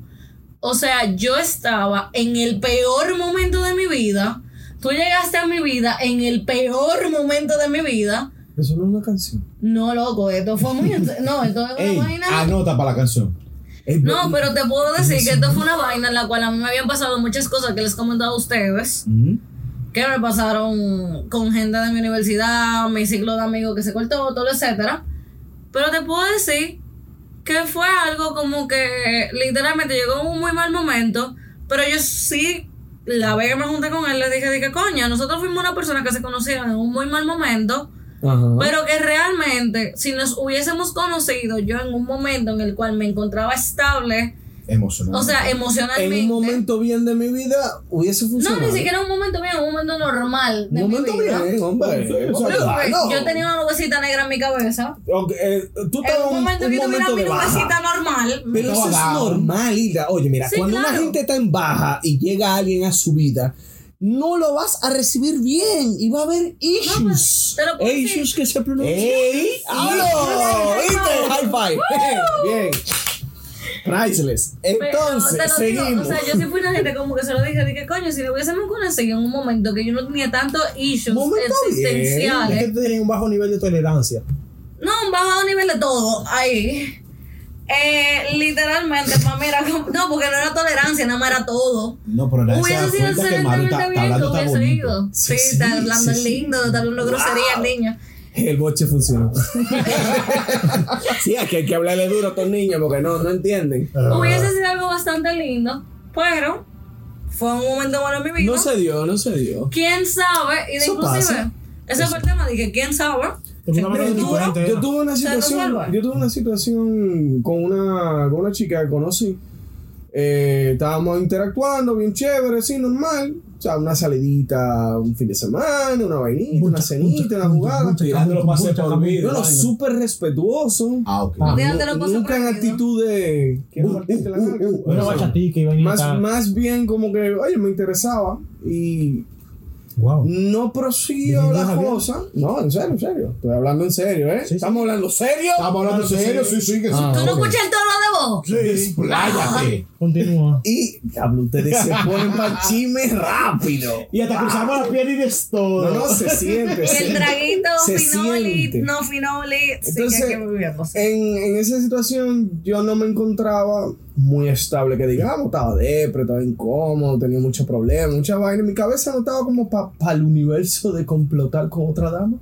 O sea, yo estaba en el peor momento de mi vida. Tú llegaste a mi vida en el peor momento de mi vida. Eso no es una canción. No, loco, esto fue muy... en- No, esto es una Ey, vaina... anota para la canción. Ey, No, pero te puedo decir que esto fue una vaina en la cual a mí me habían pasado muchas cosas que les he comentado a ustedes. Mm, Que me pasaron con gente de mi universidad, mi ciclo de amigos que se cortó, todo, etcétera. Pero te puedo decir que fue algo como que literalmente llegó un muy mal momento, pero yo sí, la vez que me junté con él, le dije, dije, coño, nosotros fuimos una persona que se conocieron en un muy mal momento, Ajá. pero que realmente, si nos hubiésemos conocido yo en un momento en el cual me encontraba estable, Emocionante. o sea, emocionalmente. en un momento bien de mi vida hubiese no, funcionado. ¿eh? ni siquiera un momento bien, un momento normal. Un De momento mi vida. bien, hombre. Sí, O sea, Loco, claro. Yo tenía una nubecita negra en mi cabeza. Ok, eh, tú En estabas un momento que yo tuviera mi de baja. nubecita normal. Pero eso es Estaba down. normal, Hilda. Oye, mira, Sí, cuando una claro. gente está en baja y llega alguien a su vida, no lo vas a recibir bien y va a haber issues. pues, te lo puedo decir. issues que se pronuncian. Ey, ¡Hablo! sí. ¿Viste? ¡High five! Bien. Priceless. Pero Entonces, te lo digo, seguimos. o sea, yo sí fui una gente como que se lo dije, dije, coño, si lo hubiésemos conocido en un momento que yo no tenía tantos issues Momento bien. existenciales. Es que tú tienes un bajo nivel de tolerancia. No, un bajado nivel de todo. Ahí. Eh, literalmente, para mí era como- No, porque no era tolerancia, nada más era todo. No, pero nadie se da Hubiese sido cuenta que Maru excelentemente está, está bien que hablando tan hubiese bonito. ido. Sí, Sí, está sí, hablando sí, sí. lindo, está hablando grosería el niño. El boche funcionó. sí, es que hay que hablarle duro a estos niños porque no, no entienden. Hubiese sido algo bastante lindo, pero fue un momento bueno en mi vida. No se dio, no se dio. ¿Quién sabe? Y de Eso inclusive, pasa. ese fue el tema, dije, ¿quién sabe? Te pongo la mano Pero en tu tú- cuarentena. Yo tuve una Se situación, resuelve. yo tuve una situación con una, con una chica que conocí. Eh, estábamos interactuando, bien chévere, así, normal. O sea, una salidita, un fin de semana, una vainita, una Mucha- cenita, mucha- una jugada. mucha- Tirando los pases mucha- por vida. Bueno, súper respetuoso. Ah, ok. Ah. Déjate lo Nu- paso Nunca en prohibido. actitud de... Uh, partiste la uh, nalga. uh, uh. Una bachatica y vainita. Más, más bien como que, oye, me interesaba y Wow. No prosiguió Virginia la Javier. cosa. No, en serio, en serio. Estoy hablando en serio, ¿eh? sí. Estamos hablando serio. Estamos hablando en serio, sí, sí, que sí. ¿Tú no escuchas el tono de voz? Expláyate. Continúa. Y, diablo, ustedes se ponen para chisme rápido. Y hasta cruzamos la piel y es todo. No, no, se siente. Y el se- traguito, se finoli, siente. no finoli. sí, Entonces, eh, que hay que vivirlo, sí. En, en esa situación yo no me encontraba muy estable, que digamos, estaba depre, estaba incómodo, tenía muchos problemas, mucha vaina. Mi cabeza no estaba como para el universo de complotar con otra dama.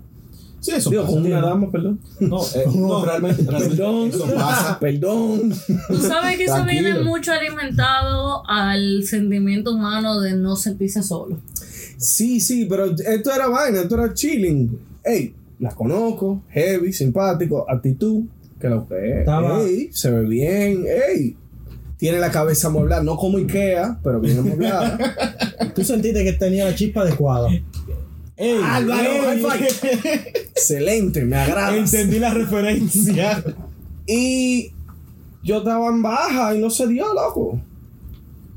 Sí, eso. Digo, pasa, con una tío. dama, perdón. No, eh, no, realmente, Perdón. realmente eso pasa. Perdón. Tú sabes que eso Tranquilo. viene mucho alimentado al sentimiento humano de no sentirse solo. Sí, sí, pero esto era vaina, esto era chilling. Ey, la conozco, heavy, simpático, actitud, que lo que es. Estaba- Ey, se ve bien, ey. Tiene la cabeza amueblada, no como Ikea, pero bien amueblada. Tú sentiste que tenía la chispa adecuada. Ey, Álvaro, ey, high Excelente, me agrada. Entendí la referencia. Y yo estaba en baja y no se dio, loco.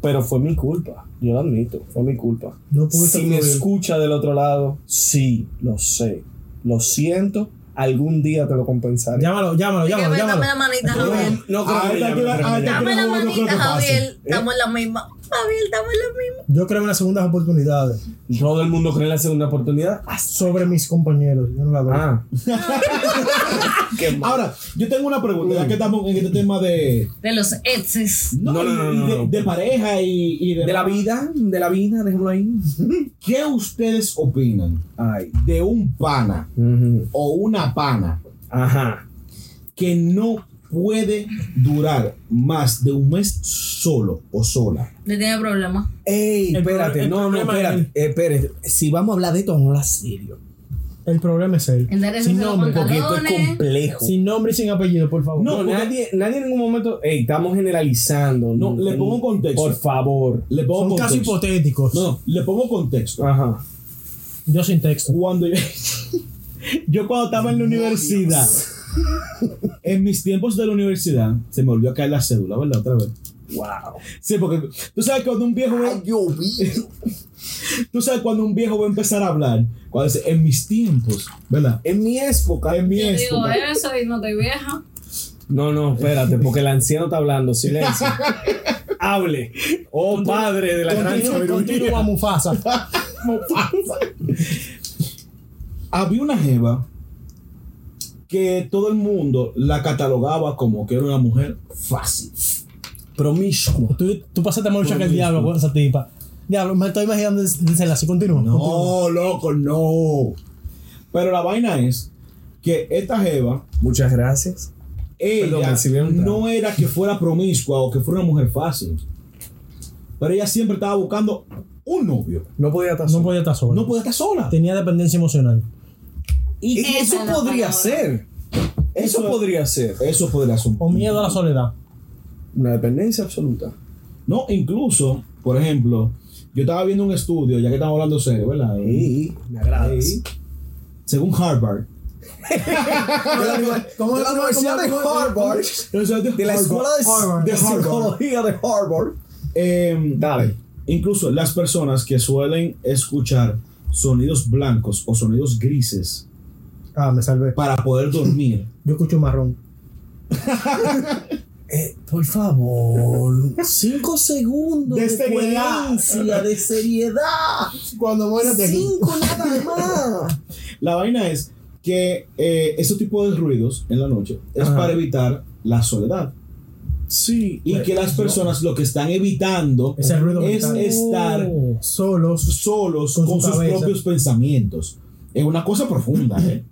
Pero fue mi culpa, yo lo admito, fue mi culpa. No pude si me escucha del otro lado, sí, lo sé, lo siento, algún día te lo compensaré. Llámalo, llámalo, Que llámalo, ven, llámalo. dame la manita, Javier. No creo A que esta llame, altura- creo Ah, que Eh. a esta llame. Dame la Javier, no creo manita, que pase. Javier. Estamos en la misma. Javier, estamos en la misma. Yo creo en las segundas oportunidades Todo el mundo cree en la segunda oportunidad. sobre mis compañeros. Yo no la doy. Ah, Ahora, yo tengo una pregunta, ya que estamos en este tema de. De los exes. No, no, no, y no, de, no. de pareja y, y de la demás. vida, de la vida, dejémoslo ahí. ¿Qué ustedes opinan Ay. de un pana Ujú. o una pana Ajá. que no puede durar más de un mes solo o sola? Le tiene problemas. Ey, El espérate, proble- el no, no, problema espérate, Eh, espérate. Si vamos a hablar de esto, vamos a hablar serio. El problema es él. El derecho Sin a los nombre, Porque esto es pantalones. complejo. Sin nombre y sin apellido, por favor. No, porque- nadie, nadie en ningún momento. Ey, estamos generalizando. No, le pongo un contexto. Por favor. Le pongo Son casos contexto. hipotéticos. No, no, le pongo contexto. Ajá. Yo sin Uh, texto. Cuando yo, yo cuando estaba en la universidad, en mis tiempos de la universidad, se me volvió a caer la cédula, ¿verdad? Otra vez. Wow. Sí, porque tú sabes cuando un viejo ve- yo vi. tú sabes cuando un viejo va a empezar a hablar, cuando dice en mis tiempos, ¿verdad? En mi época. En mi Yo digo eh. época. eso y no te vieja. No, no, espérate, porque el anciano está hablando. Silencio. Hable. Oh, padre de la gran Continúa, sabiduría. continúa, Mufasa. Había una jeva que todo el mundo la catalogaba como que era una mujer fácil. Promiscuo. Tú, tú pasaste más lucha que el diablo con esa tipa. Diablo, me estoy imaginando des- desenlace. Continúa. continúa. No, loco, no. Pero la vaina es que esta jeva Muchas gracias. Perdón, ella me sirvieron un trago. no era que fuera promiscua o que fuera una mujer fácil. Pero ella siempre estaba buscando un novio. No podía estar No solo. podía estar sola. No podía estar sola. Tenía dependencia emocional. Y Esa eso es la podría palabra. ser. Eso Eso- podría ser. Eso podría ser un- O miedo a la soledad. Una dependencia absoluta. No, incluso, por ejemplo, yo estaba viendo un estudio, ya que estamos hablando serio, ¿verdad? Ey, me agrada. Ey. Según Harvard. ¿Cómo de la Universidad de Harvard, de la Escuela de, Harvard. de Harvard. Psicología de Harvard. Em, Dale. Incluso las personas que suelen escuchar sonidos blancos o sonidos grises Ah, me salvé. para poder dormir. Yo escucho marrón. Eh, por favor, cinco segundos De seriedad. coherencia, de seriedad. Cuando mueras Cinco nada más. La vaina es que eh, ese tipo de ruidos en la noche es Ajá. para evitar la soledad. Sí. Y que las personas lo que están evitando Pues, Ese ruido es mental. estar Solos. solos Con con, su sus cabeza. propios pensamientos. Es una cosa profunda, ¿eh?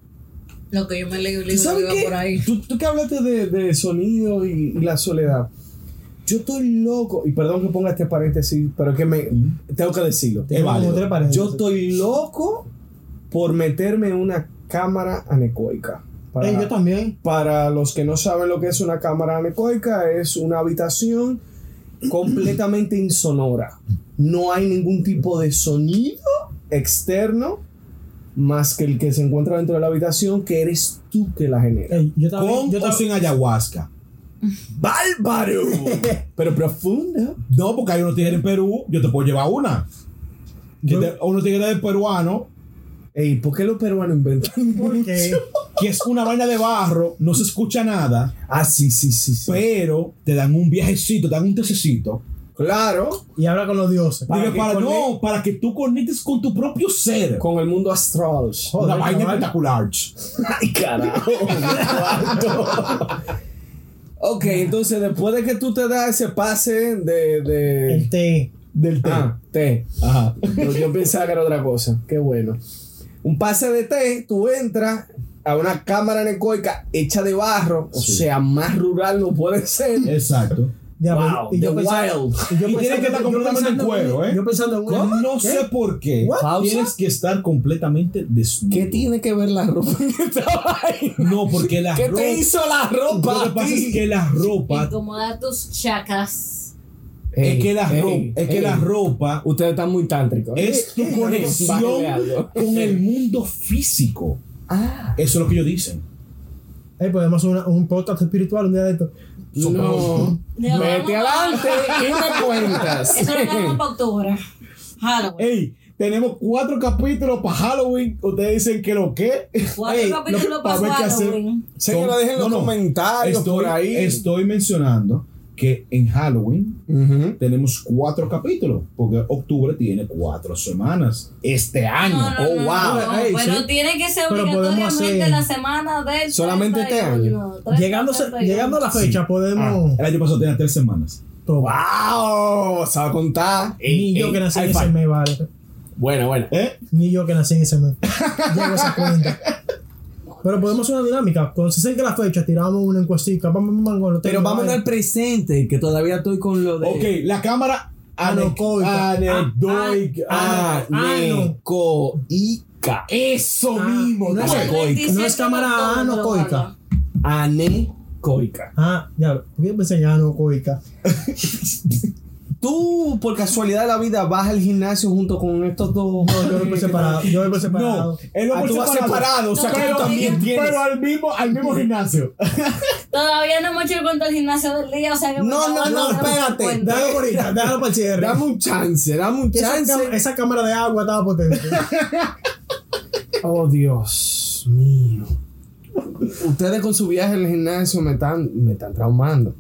Lo que yo me leí un ¿Tú libro que sabes iba por qué? ahí. Tú, tú que hablaste de, de sonido y, y la soledad. Yo estoy loco, y perdón que ponga este paréntesis, pero es que me tengo que decirlo. Es válido. tres parejas. Yo estoy loco por meterme en una cámara anecoica. Para, Ey, yo también. para los que no saben lo que es una cámara anecoica, es una habitación completamente insonora. No hay ningún tipo de sonido externo más que el que se encuentra dentro de la habitación, que eres tú que la genera. Ey, yo Con también. Yo o también. sin ayahuasca. ¡Bárbaro! Pero profunda. No, porque hay unos tigres en Perú, yo te puedo llevar una. Que Yo- te- uno tiene que tener peruano, Ey, ¿por qué los peruanos inventan? Porque que es una vaina de barro, no se escucha nada, Ah, sí, sí, sí. sí. Pues, pero te dan un viajecito, te dan un tececito. Claro, y habla con los dioses. Para Dije, que para, conecte- no, para que tú conectes con tu propio ser. con el mundo astral. Joder, una vaina chaval. espectacular. Ay, carajo. ok, entonces después de que tú te das ese pase de, de- El té. Ah, del té, té. Ajá. Pero yo pensaba que era otra cosa. Qué bueno. Un pase de té, tú entras a una cámara anecoica hecha de barro. O Sí. sea, más rural no puede ser. Exacto. Wow, Diablo, the wild. y yo Y tiene pensando- que estar yo completamente en pensando cuero, una- ¿eh? Yo pensando en una- No ¿Qué? sé por qué. What? ¿Pausa? Tienes que estar completamente desnudo. ¿Qué tiene que ver la ropa en esta vaina? No, porque la ¿Qué ropa. te hizo la ropa? Lo que a pasa ti? es que la ropa. Incomoda tus chacas. es que la Ey, ropa. Es que ey. la ropa. Ustedes están muy tántricos. Es tu Bájale conexión algo. con el mundo físico. Ah, Eso es lo que ellos dicen. Eh, podemos hacer una- un podcast espiritual un día de esto. no. Ya, Vete vamos. adelante y me cuentas. Eso lo damos para octubre. Halloween. Ey, tenemos cuatro capítulos para Halloween. Ustedes dicen que lo que. Cuatro Ey, capítulos lo- para a ver qué hacer. Halloween. Señora, Son- dejen los no, no. comentarios estoy, por ahí. Estoy mencionando que en Halloween Ujú. tenemos cuatro capítulos, porque octubre tiene cuatro semanas este año. No, no, Oh, no, wow. no, Ey, pero sí. tiene que ser Pero podemos obligatoriamente hacer- la semana del. Solamente este 31, año. 30, Llegando, 31. llegando a la fecha, podemos. Ah, El año pasado tenía tres semanas. Toma. Ah, ¡Wow! Se va a oh, contar. Ni yo que nací en ese mes, vale. Bueno, bueno. ¿Eh? Ni yo que nací en ese mes. Llego a esa cuenta. Pero podemos hacer una dinámica. Cuando se acerque la fecha, tiramos una encuestica. Vamos, vamos, vamos, Pero vamos al presente, que todavía estoy con lo de. Ok, la cámara Anocoica. anecoica. Anedoica. Ah, Anecoica. Eh. Eso Ah, mismo. no El es- güey. 27 No es cámara de octubre, anocoica. Pablo. Anecoica. Ah, ya, yo pensé ya no, coica. Tú, por casualidad de la vida, vas al gimnasio junto con estos dos. No, yo voy por separado. Yo voy por separado. No, él lo Ah, tú vas separado, o sea, No, que tú pero- también tienes. Pero al mismo, al mismo gimnasio. Todavía no hemos hecho contra el gimnasio del día, o sea que. No, por no, favor, no, damos espérate. cuenta. Déjalo ahorita, déjalo para el cierre. Dame un chance, dame un Esa, chance. cam- esa cámara de agua estaba potente. Oh, Dios mío. Ustedes con su viaje al gimnasio me están, me están traumando.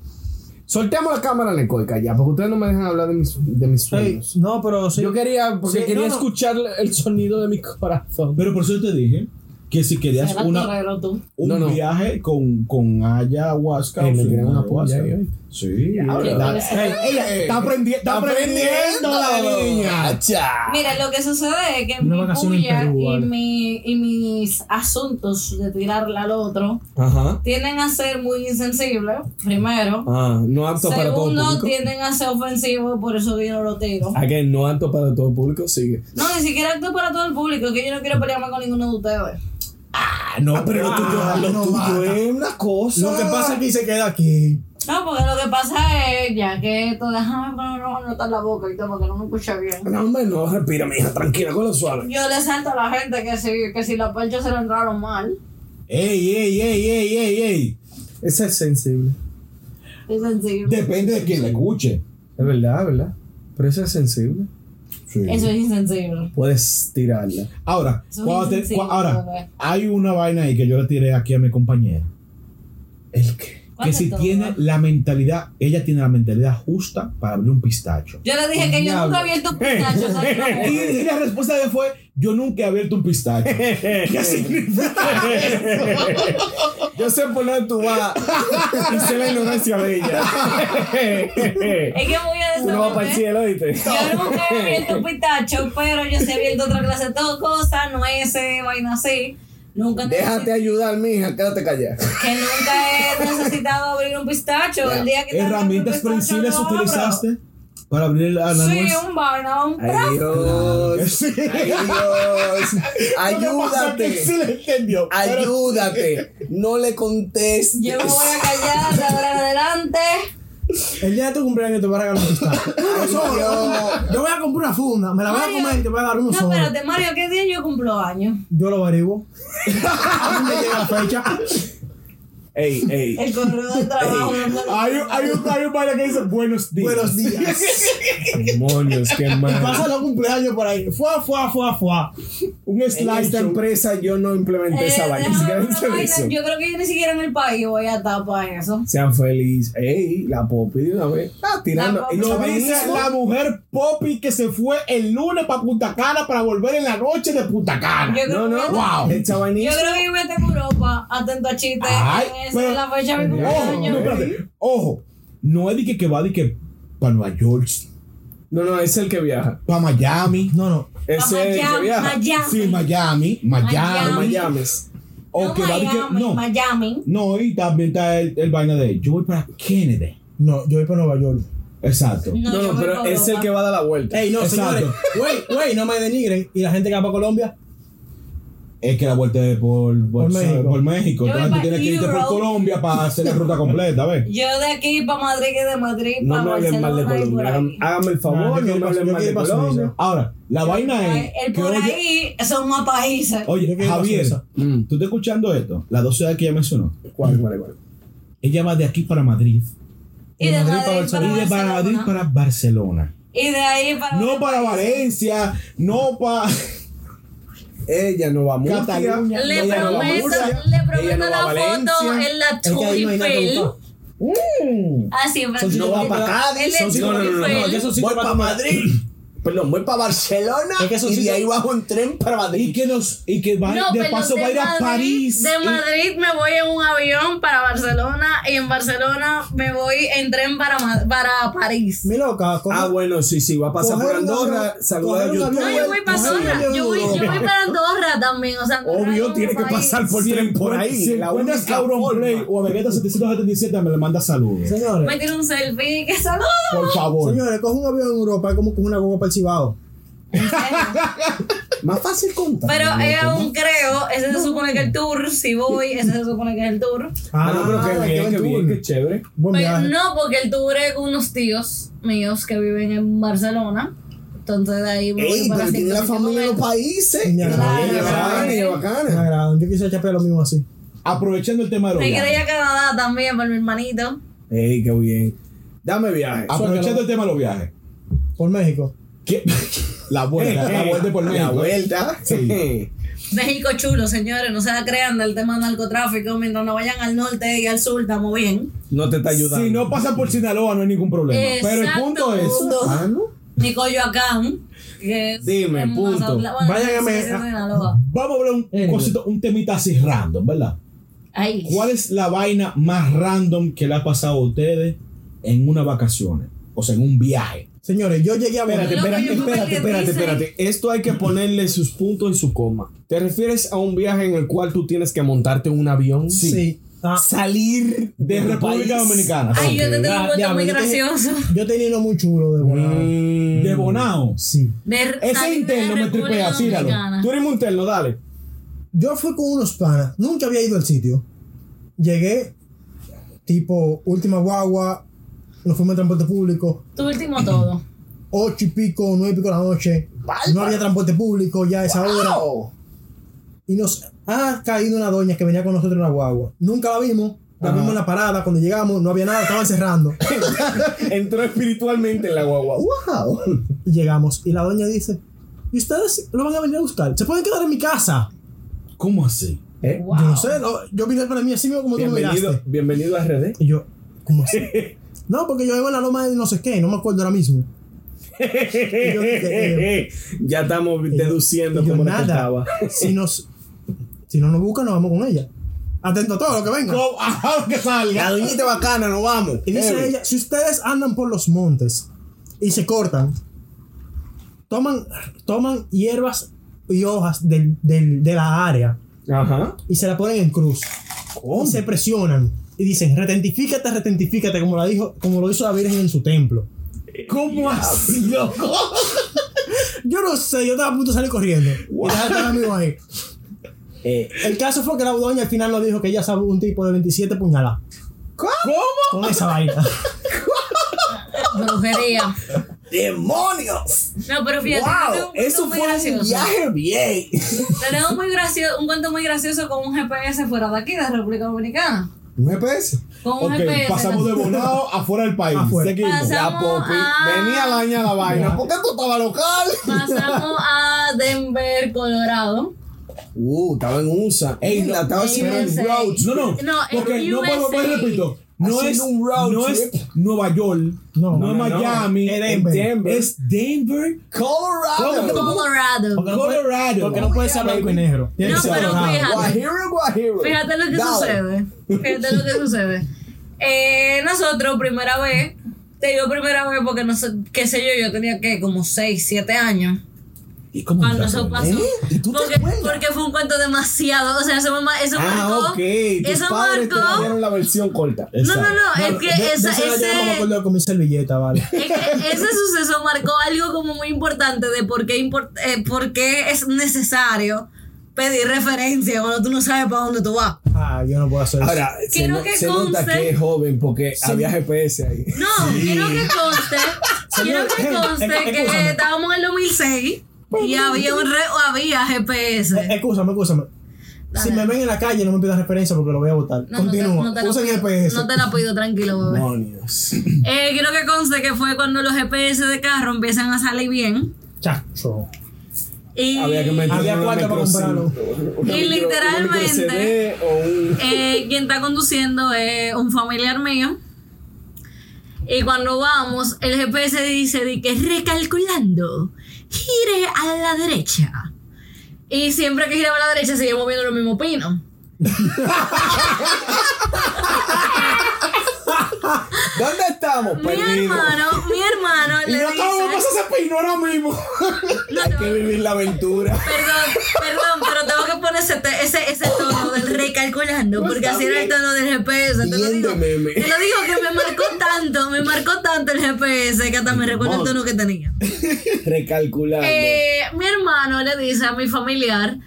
Soltemos la cámara necoica ya, porque ustedes no me dejan hablar de mis, de mis Ey, sueños. no, pero sí. Yo quería, porque Sí, quería no, no. escuchar el sonido de mi corazón. Pero por eso te dije que si querías Era una, torrero tú. un No, no. viaje con, con ayahuasca Ey, o Eh, me sin tiran una ayahuasca. polla ahí hoy. Sí. habla. La- Ey, ella está aprendiendo. Está aprendiendo la niña. Cha. Mira, lo que sucede es que Una mi vacación en bulla Perú, y, vale. mi, y mis asuntos de tirarla al otro Ajá. tienden a ser muy insensibles, primero. Ah, no apto para todo Segundo, público. tienden a ser ofensivos, por eso que yo no lo tiro. ¿A que no apto para todo público? Sigue. No, ni siquiera acto para todo el público, que yo no quiero pelearme con ninguno de ustedes. No, pero lo tuyo- ah, lo no tuyo va. es una cosa. Lo que pasa es que se queda aquí. No, porque lo que pasa es, ya que esto, déjame poner una nota en la boca ahorita porque no me escucha bien. No, hombre, no, respira, mi hija, tranquila, con lo suave. Yo le salto a la gente que si, que si la percha se lo entraron mal. Ey, ey, ey, ey, ey, ey. Esa es sensible. Es sensible. Depende de quien la escuche. Es verdad, es verdad. Pero esa es sensible. Sí. Eso es insensible. Puedes tirarla. Ahora, Eso es cuando te- insensible, cua- ahora, bebé. hay una vaina ahí que yo le tiré aquí a mi compañera. ¿El qué? ¿Cuál Que de si todas? tiene la mentalidad, ella tiene la mentalidad justa para abrir un pistacho. Yo le dije que yo Diablo. nunca había visto un pistacho. o sea, que Y, no- y la respuesta de fue, yo nunca he abierto un pistacho. ¿Qué significa? Yo sé por dónde tú vas y sé la ignorancia de ella. Es que voy a Uno va para el decir. cielo, ¿viste? Yo nunca he abierto un pistacho, pero yo sí he abierto otra clase de todo, cosas, nueces, vaina así. Nunca Déjate necesi- ayudar, mija, quédate callada. que nunca he necesitado abrir un pistacho. El día que tenga un ¿Herramientas pistacho, flexibles lo abro. utilizaste para abrir la, la Sí, nuez? un vaina, un Ay, Dios. Sí. Ay, Dios. Lo que pasa es que Ayúdate. Sí le entendió. pero- Ayúdate. No le contestes. Yo me voy a callar de ahora en adelante. El día de tu cumpleaños te voy a regalar un pistacho. Uno solo. Yo voy a comprar una funda, me la voy a Mario. comer y te voy a dar uno No, solo. espérate, Mario, ¿qué día yo cumplo años? Yo lo averiguo. A mí me llega la fecha. Ey, ey. El correo de trabajo. Hay, un- hay, un, hay un baile que dice buenos días. Buenos días. Demonios, qué mal. Pasa los cumpleaños por ahí. Fuá, fuá, fuá, fuá. Un En esta slide. empresa yo no implementé Eh, esa vaina. ni déjame siquiera ver hice una eso. vaina. Yo creo que yo ni siquiera en el país voy a estar para eso. Sean felices. Ey, la popi de una vez. Está tirando. La Poppy. el Lo chavanismo. dice la mujer Poppy que se fue el lunes para Punta Cana para volver en la noche de Punta Cana. Yo creo No, no. que- Wow. El Yo chavanismo. creo que yo me tengo Europa, atento a chistes. Ay, en esa pero- es la fecha de mi Ojo, no, cumpleaños. espérate. Ojo. No es de que, que va de que para Nueva York, No, no, es el que viaja. para Miami. No, no. Ese es el que Miami, viaja. Miami. Sí, Miami, Miami. No me Miami. llames. O no, Oh, que va de que- Miami, no. Miami. No, y también está el, el vaina de yo voy para Kennedy. No, yo voy para Nueva York. Exacto. No, No, yo no, voy pero pa' es el Europa. que va a dar la vuelta. Ey, no, Exacto. señores. Güey, güey, no me denigren. Y la gente que va para Colombia, Es que la vuelta es por, por, Por México. por México. Yo voy Entonces tú pa' tienes que irte por Europe. Colombia para hacer la ruta completa, ¿ves? Yo de aquí para Madrid, que de Madrid No para me hablen mal de Barcelona y por Colombia. Ah, ahí. Hágame, hágame el Nah, favor, no yo me quiero ir pa- hablen yo mal quiero de ir pa' Suiza. Colombia. Ahora, la vaina Ay, es. eh, El que por oye- ahí son más países. Yo Oye, quiero ir pa' Javier, Suiza. Mm. tú estás escuchando esto, las dos ciudades que ella mencionó. ¿Cuál, cuál, cuál? Ella va de aquí para Madrid. Y de Madrid para y de para Madrid Barcelona. para Barcelona. Y de ahí para. No para Valencia, no para. Ella no va a Murcia. Cataluña. Le Ella no va a prometo, Murcia. le Ella prometo no va a la foto Valencia. en la es que ahí no hay nada que Tulipel. buscar. Así, Son Ah, Francisco. sitios va para Cádiz, Él es son sitios- no, no, no, no, No, Tulipel. yo esos sitios Voy pa' para Madrid. Perdón, voy para Barcelona Es que eso sí y de son- ahí bajo en tren para Y Madrid. que, nos, y que va, No, de pero paso va a ir a Madrid- París. De Y- Madrid me voy en un avión para Barcelona y en Barcelona me voy en tren para, Ma- para París. Mi loca, ¿cómo? Ah, bueno, sí, sí, va a pasar por Coger una- Andorra, saluda a coger una- YouTube. No, yo voy para Sí, Andorra. Yo voy, yo voy para Andorra también. O sea, Andorra es Obvio, un tiene que país. pasar por tren por ahí. Si la encuentras única a Auronplay forma. o a Vegeta 777, me le manda saludos. Me Señores, tiene un selfie. ¡Qué saludo! Por favor. señores, coge un avión en Europa, es como coge una guagua para el Cibao. Más fácil contar. Pero ¿no? eh, aún creo, ese se supone que el tour, si voy, ese se supone que es el tour. Ah, no, pero Ah, qué bien, qué qué bien, aventura. qué chévere. Buen Pero viaje. no, porque el tour es con unos tíos míos que viven en Barcelona. Entonces de ahí voy Ey, para pero tiene la cierto familia en los momento. países. Claro, Ella claro. bacana, ella Me bacana. agradan. Yo quisiera echar lo mismo así. Aprovechando el tema de los Me quiero ir viajes. a Canadá también por mi hermanito. Ey, qué bien. Dame viaje. Ah, Aprovechando el tema de los viajes. Por México. ¿Qué? La vuelta, la vuelta por La México. vuelta. Sí. México chulo, señores, no se la crean del tema del narcotráfico. Mientras no vayan al norte y al sur, estamos bien. No te está ayudando. Si no pasa por Sinaloa, no hay ningún problema. Pero el Exacto, punto es. punto. Ah, ¿no? Ni Coyoacán. que es Dime, en punto. Mazatlán. Bueno, Vayan a sí, me- sí, Sinaloa. Vamos a hablar un, Eh, cosito, un temita así random, ¿verdad? Ahí. ¿Cuál es la vaina más random que le ha pasado a ustedes en unas vacaciones? O sea, en un viaje. Señores, yo llegué a Espérate, Loco, espérate, yo como espérate, que espérate, dice- espérate. Esto hay que ponerle sus puntos y su coma. ¿Te refieres a un viaje en el cual tú tienes que montarte en un avión? Sí. Ah, Salir de, De tu República país. Dominicana. Ay, yo te tengo Ya, un cuento ya, este muy yo te- gracioso. yo tenía uno muy chulo de volado. Mm. De Bonao. Sí. De Ese salir de interno me República tripea, síralo. Dominicana. Tú eres un terno, dale. Yo fui con unos panas. Nunca había ido al sitio. Llegué, tipo, última guagua. Nos fuimos en transporte público. Tu último todo. Ocho y pico, nueve y pico de la noche. No había transporte público ya a esa hora. Wow. y nos ha caído una doña que venía con nosotros en la guagua. Nunca la vimos, la vimos en la parada, cuando llegamos no había nada, estaban cerrando. Entró espiritualmente en la guagua. ¡Wow! Y llegamos y la doña dice, ¿y ustedes lo van a venir a buscar? ¿Se pueden quedar en mi casa? ¿Cómo así? ¿Eh? Wow. Yo no sé, no, yo vine para mí así mismo como tú me Bienvenido, miraste. bienvenido a RD. Y yo, ¿cómo así? No, porque yo vivo en la loma de no sé qué, no me acuerdo ahora mismo. Y yo dije, eh, ya estamos y yo- deduciendo y yo, cómo nos nada, tocaba. si, nos, si no nos buscan, nos vamos con ella. Atento a todo lo que venga. ¿Cómo? Ajá, que salga. La doñita bacana, nos vamos. Y dice Eh, ella, si ustedes andan por los montes y se cortan, toman, toman hierbas y hojas del- del- de la área Ajá. y se la ponen en cruz. Y se presionan y dicen, retentifícate, retentifícate, como, la dijo, como lo hizo la Virgen en su templo. Eh, ¿Cómo así, loco? Yo no sé, yo estaba a punto de salir corriendo. Y dejaba a todos los amigos ahí. Eh, El caso fue que la doña al final nos dijo que ella sabe un tipo de 27 puñaladas. ¿Cómo? Con esa vaina. Brujería. ¡Demonios! No, pero fíjate. yo tengo ¡Wow! un cuento Eso muy fue un gracioso. viaje bien. Tenemos muy gracioso, un cuento muy gracioso con un GPS fuera de aquí, de República Dominicana. Un GPS. Con un Ok, GPS. pasamos de volado afuera del país. Afuera. Seguimos. Pasamos Popi, a- venía a dañar la vaina. ¿Por qué tú estabas local? Pasamos a Denver, Colorado. Uh, estaba en USA. Ey, la estaba en haciendo en USA. road No, trip. no. No, en porque no USA. vuelvo, vuelvo, repito. No Haciendo es, un road no trip. es Nueva York, no, No, es no. no, Miami, Es Denver. es Denver, Colorado. Colorado. Colorado. Porque no puede ser blanco y negro. Tiene No, que ser pero dorado. fíjate. Guajiro, guajiro. Fíjate lo que Dale. sucede. Fíjate lo que sucede. Eh, nosotros, primera vez, te digo primera vez porque no sé, qué sé yo, yo tenía que como 6, 7 años. ¿Y cómo Cuando estás, eso güey? pasó. ¿Eh? ¿Y tú te porque, acuerdas? porque fue un cuento demasiado. O sea, eso, me ma- eso marcó. Ah, ok. Tus Eso padres te marcó. dieron la versión corta. No, no, no, No, es no, que de- de esa- ese daño no me ese, acuerdo con mi servilleta, vale. es que ese suceso marcó algo como muy importante de por qué, import- eh, por qué es necesario pedir referencia cuando tú no sabes para dónde tú vas. Ah, yo no puedo hacer eso. Ahora, se, Quiero no- que se nota conste- que es joven porque había GPS ahí. No, quiero que conste, quiero que Señor, conste hey, que escúchame. estábamos en el 2006 y había un re, o había Eh, GPS. Excúsame, excúsame. Dale. Si me ven en la calle, no me pidas referencia porque lo voy a votar. No, no te- Continúa. no te la Usen pido- GPS. No te la pido, tranquilo, bebé. Demonios. Eh, quiero que conste que fue cuando los GPS de carro empiezan a salir bien. Chacho. Y Había que meter Había una cuarto para micro comprarlo. cinco. Y Una micro- literalmente- una micro CD o un- Eh, quien está conduciendo es un familiar mío. Y cuando vamos, el GPS dice de que recalculando, gire a la derecha. Y siempre que giraba a la derecha seguía moviendo los mismos pinos. ¿Dónde estamos? Mi hermano, mi hermano Pues Y le no dice. acabamos de pasar ese peino ahora mismo. No, Hay no, que vivir la aventura. Perdón, perdón, pero tengo que poner ese, te- ese, ese tono del recalculando, porque está así era el bien. tono del GPS. Te lo, Bien digo, de meme. te lo digo que me marcó tanto, me marcó tanto el GPS que hasta me recuerdo el tono que tenía. Recalculando. Eh, mi hermano le dice a mi familiar,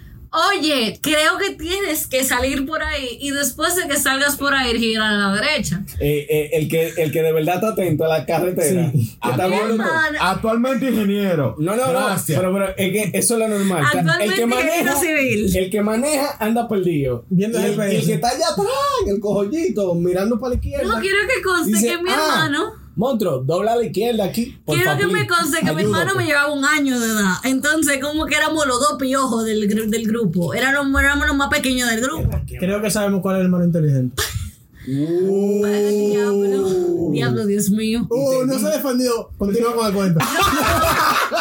oye, creo que tienes que salir por ahí y después de que salgas por ahí girar a la derecha. Eh, eh, el, que, el que de verdad está atento a la carretera. que está Mi viendo todo. hermano, Actualmente ingeniero. No, no, Gracias. no. Pero, pero es que eso es lo normal. El Actualmente que maneja, ingeniero civil. el que maneja anda perdido. Viendo Y el, GPS. y el que está allá atrás, en el cojollito, mirando para la izquierda. no quiero que conste dice, que mi "Ah, hermano... Monstruo, dobla a la izquierda aquí. por Quiero que favor. me conste que mi hermano me Ayúdate. llevaba un año de edad. Entonces, como que éramos los dos piojos del, gru- del grupo. Éramos, éramos los más pequeños del grupo. Creo que sabemos cuál es el hermano inteligente. Uh. Eh, Ay, Diablo, diablo, Dios mío. oh. Uh, no se defendió. Continúa con el cuento.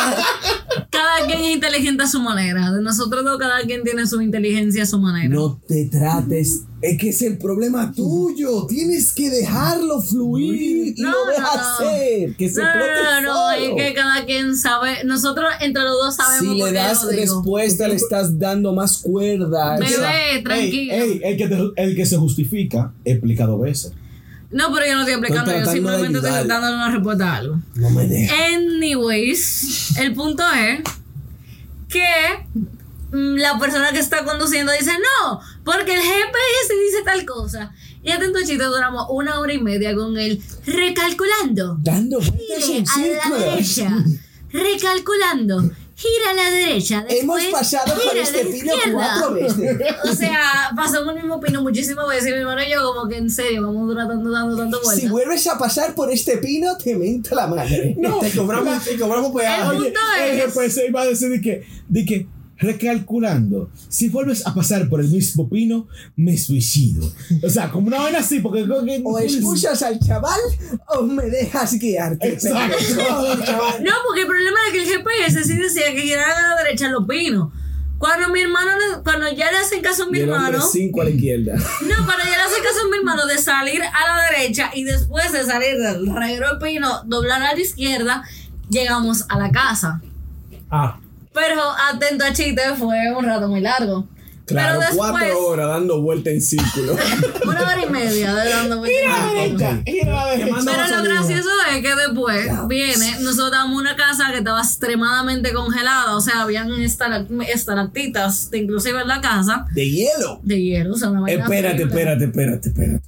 Cada quien es inteligente a su manera. De nosotros dos, cada quien tiene su inteligencia a su manera. No te trates. Es que es el problema tuyo. Tienes que dejarlo fluir y No, lo no, dejas no. ser. Que se No, explote no, no, no, es solo. que cada quien sabe. Nosotros entre los dos sabemos Si por le qué das lo digo. respuesta, le estás dando más cuerda. Bebé, Ey, tranquilo. ey, el, que te- el que se justifica, explica dos veces. No, pero yo no estoy explicando, yo tratando de simplemente estoy ayudarla. tratando de una respuesta a algo. No me dejes. Anyways, el punto es que mm, la persona que está conduciendo dice no, porque el GPS dice tal cosa. Y atento chiste, duramos una hora y media con él recalculando. Dando vueltas Gire en a la círculo. derecha. Recalculando. Gira a la derecha. Hemos después pasado por gira a este la pino izquierda. cuatro veces. O sea, pasó por el mismo pino muchísimas veces. Y mi hermano y yo, como que en serio, vamos a durar tanto, dando, tanto vueltas. Si vuelves a pasar por este pino, te menta la madre. Te cobramos, te cobramos pues, ah, El peaje. punto El es. GPS eh, pues, iba a decir de que, de que, recalculando, si vuelves a pasar por el mismo pino, me suicido. O sea, como una vaina así, porque... O escuchas al chaval o me dejas guiarte. Exacto. No, porque el problema era que el GPS sí decía que giraran a la derecha los pinos. Cuando mi hermano, le- cuando ya le hacen caso a mi Y el hombre hermano, cinco a la izquierda. no, cuando ya le hacen caso a mi hermano de salir a la derecha y después de salir del reguero de pino, doblar a la izquierda, llegamos a la casa. Ah, Pero atento a chiste, fue un rato muy largo. Claro, Pero después, cuatro horas dando vuelta en círculo. una hora y media de dando vueltas. Ah, Pero lo gracioso es que después viene, nosotros estábamos en una casa que estaba extremadamente congelada, o sea, habían estalac- estalactitas, de- inclusive en la casa, De hielo. de hielo, o sea, una vaina Espérate, horrible. espérate, espérate, espérate.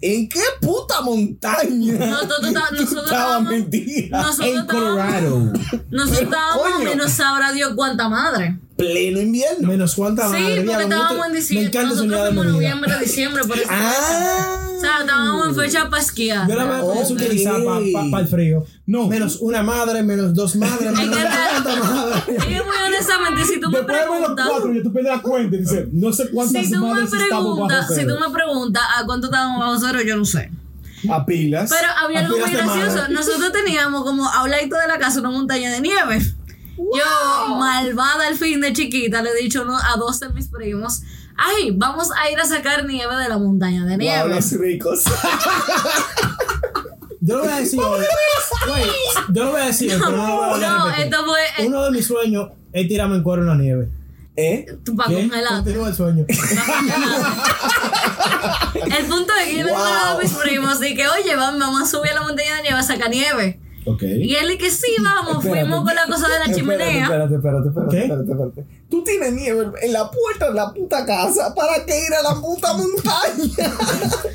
¿En qué puta montaña? Nosotros, está- nosotros Estaba estábamos, mentira. nosotros En estábamos, Colorado. nosotros estábamos coño. y no sabrá Dios cuánta madre. pleno invierno. Menos cuánta Sí, madre. porque diablo, Ah, me gusta- estábamos en Me diciembre. encanta esa Nosotros unidad de fuimos en medida. noviembre, diciembre, por eso. Ah. O sea, estábamos en fecha para esquiar. Yo la voy a poder Ok. utilizar para el frío. No. Menos una madre, menos dos madres, Es menos que la- cuánta madre. Es que muy honestamente, si tú me Después de los preguntas. cuatro, yo tú pierdes la cuenta y dices, no sé cuántas Si tú me madres estamos bajo preguntas, si cero. tú me preguntas a cuánto estábamos bajo cero, yo no sé. A pilas. Pero había algo muy Aspiraste gracioso. madre. Nosotros teníamos como a un ladito de la casa una montaña de nieve. Yo, malvada al fin de chiquita, le he dicho no- a dos de mis primos, ay, vamos a ir a sacar nieve de la montaña de Wow, nieve. los ricos. Yo lo voy a decir hoy. Güey, yo lo voy a decir hoy, pero no lo voy a volver a no, repetir. esto fue eh, Uno de mis sueños es tirarme en cuero en la nieve. ¿Eh? tú para ¿Qué? congelar. Continúa el sueño. El punto es que yo le digo a uno de mis primos y que, oye, vamos, vamos a subir a la montaña de nieve a sacar nieve. Ok. Y él y que sí, vamos, fuimos con la cosa de la chimenea. Espérate, espérate, espérate, ¿Qué? espérate, espérate. Tú tienes nieve en la puerta de la puta casa. ¿Para qué ir a la puta montaña?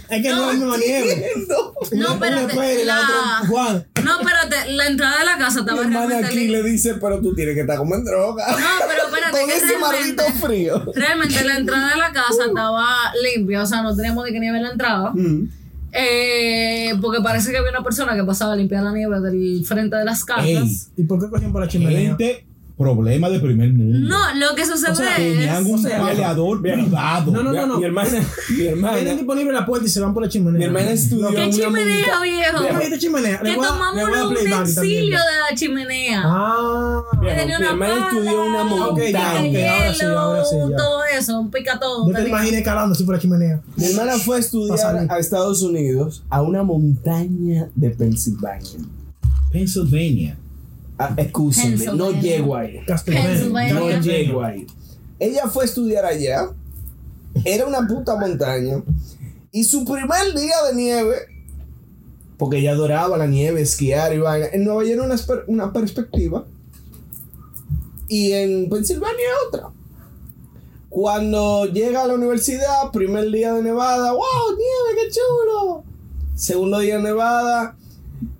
Es que no, es la misma nieve. Entiendo. No, Una es Pérez espérate. y la otra La... es Juan. No, espérate, la entrada de la casa Mi estaba hermana realmente aquí li- le dice, pero tú tienes que estar como en droga. No, pero espérate, Con que ese maldito realmente, frío. realmente la entrada de la casa estaba limpia, o sea, no teníamos ni que nieve en la entrada. Mm. Mm. Eh, porque parece que había una persona que pasaba a limpiar la nieve del frente de las casas. Ey, ¿Y por qué cogían por la chimenea? gente, problema de primer mundo. No, lo que sucede O sea, tenían es. un paleador privado. No, no, no, Mi- Mi no. hermana, mi Tienen hermana, disponible la puerta y se van por la chimenea. mi hermana estudió ¿Qué en una monta- chimenea, viejo? ¿Cómo dijiste chimenea? Le Que voy a- le tomamos voy a un playback exilio también. de la chimenea. Ah. Bueno, Tenía mi una hermana estudió en una pala, Ok, ya, montaña. ok, ahora sí, ahora sí, ya. Todo eso, un picatón. Yo te tenía. imaginé calando así por la chimenea. Mi hermana fue a estudiar Pasaría. a Estados Unidos a una montaña de Pensilvania. Pennsylvania. Ah, excúsenme, no Pensilvania. llego ahí. Pensilvania. Castlevania. No Pensilvania. llego ahí. Ella fue a estudiar allá. Era una puta montaña. Y su primer día de nieve, porque ella adoraba la nieve, esquiar y vaina. En Nueva York una, esper- una perspectiva. Y en Pensilvania otra. Cuando llega a la universidad, primer día de nevada, ¡wow! ¡Nieve, qué chulo! Segundo día de nevada,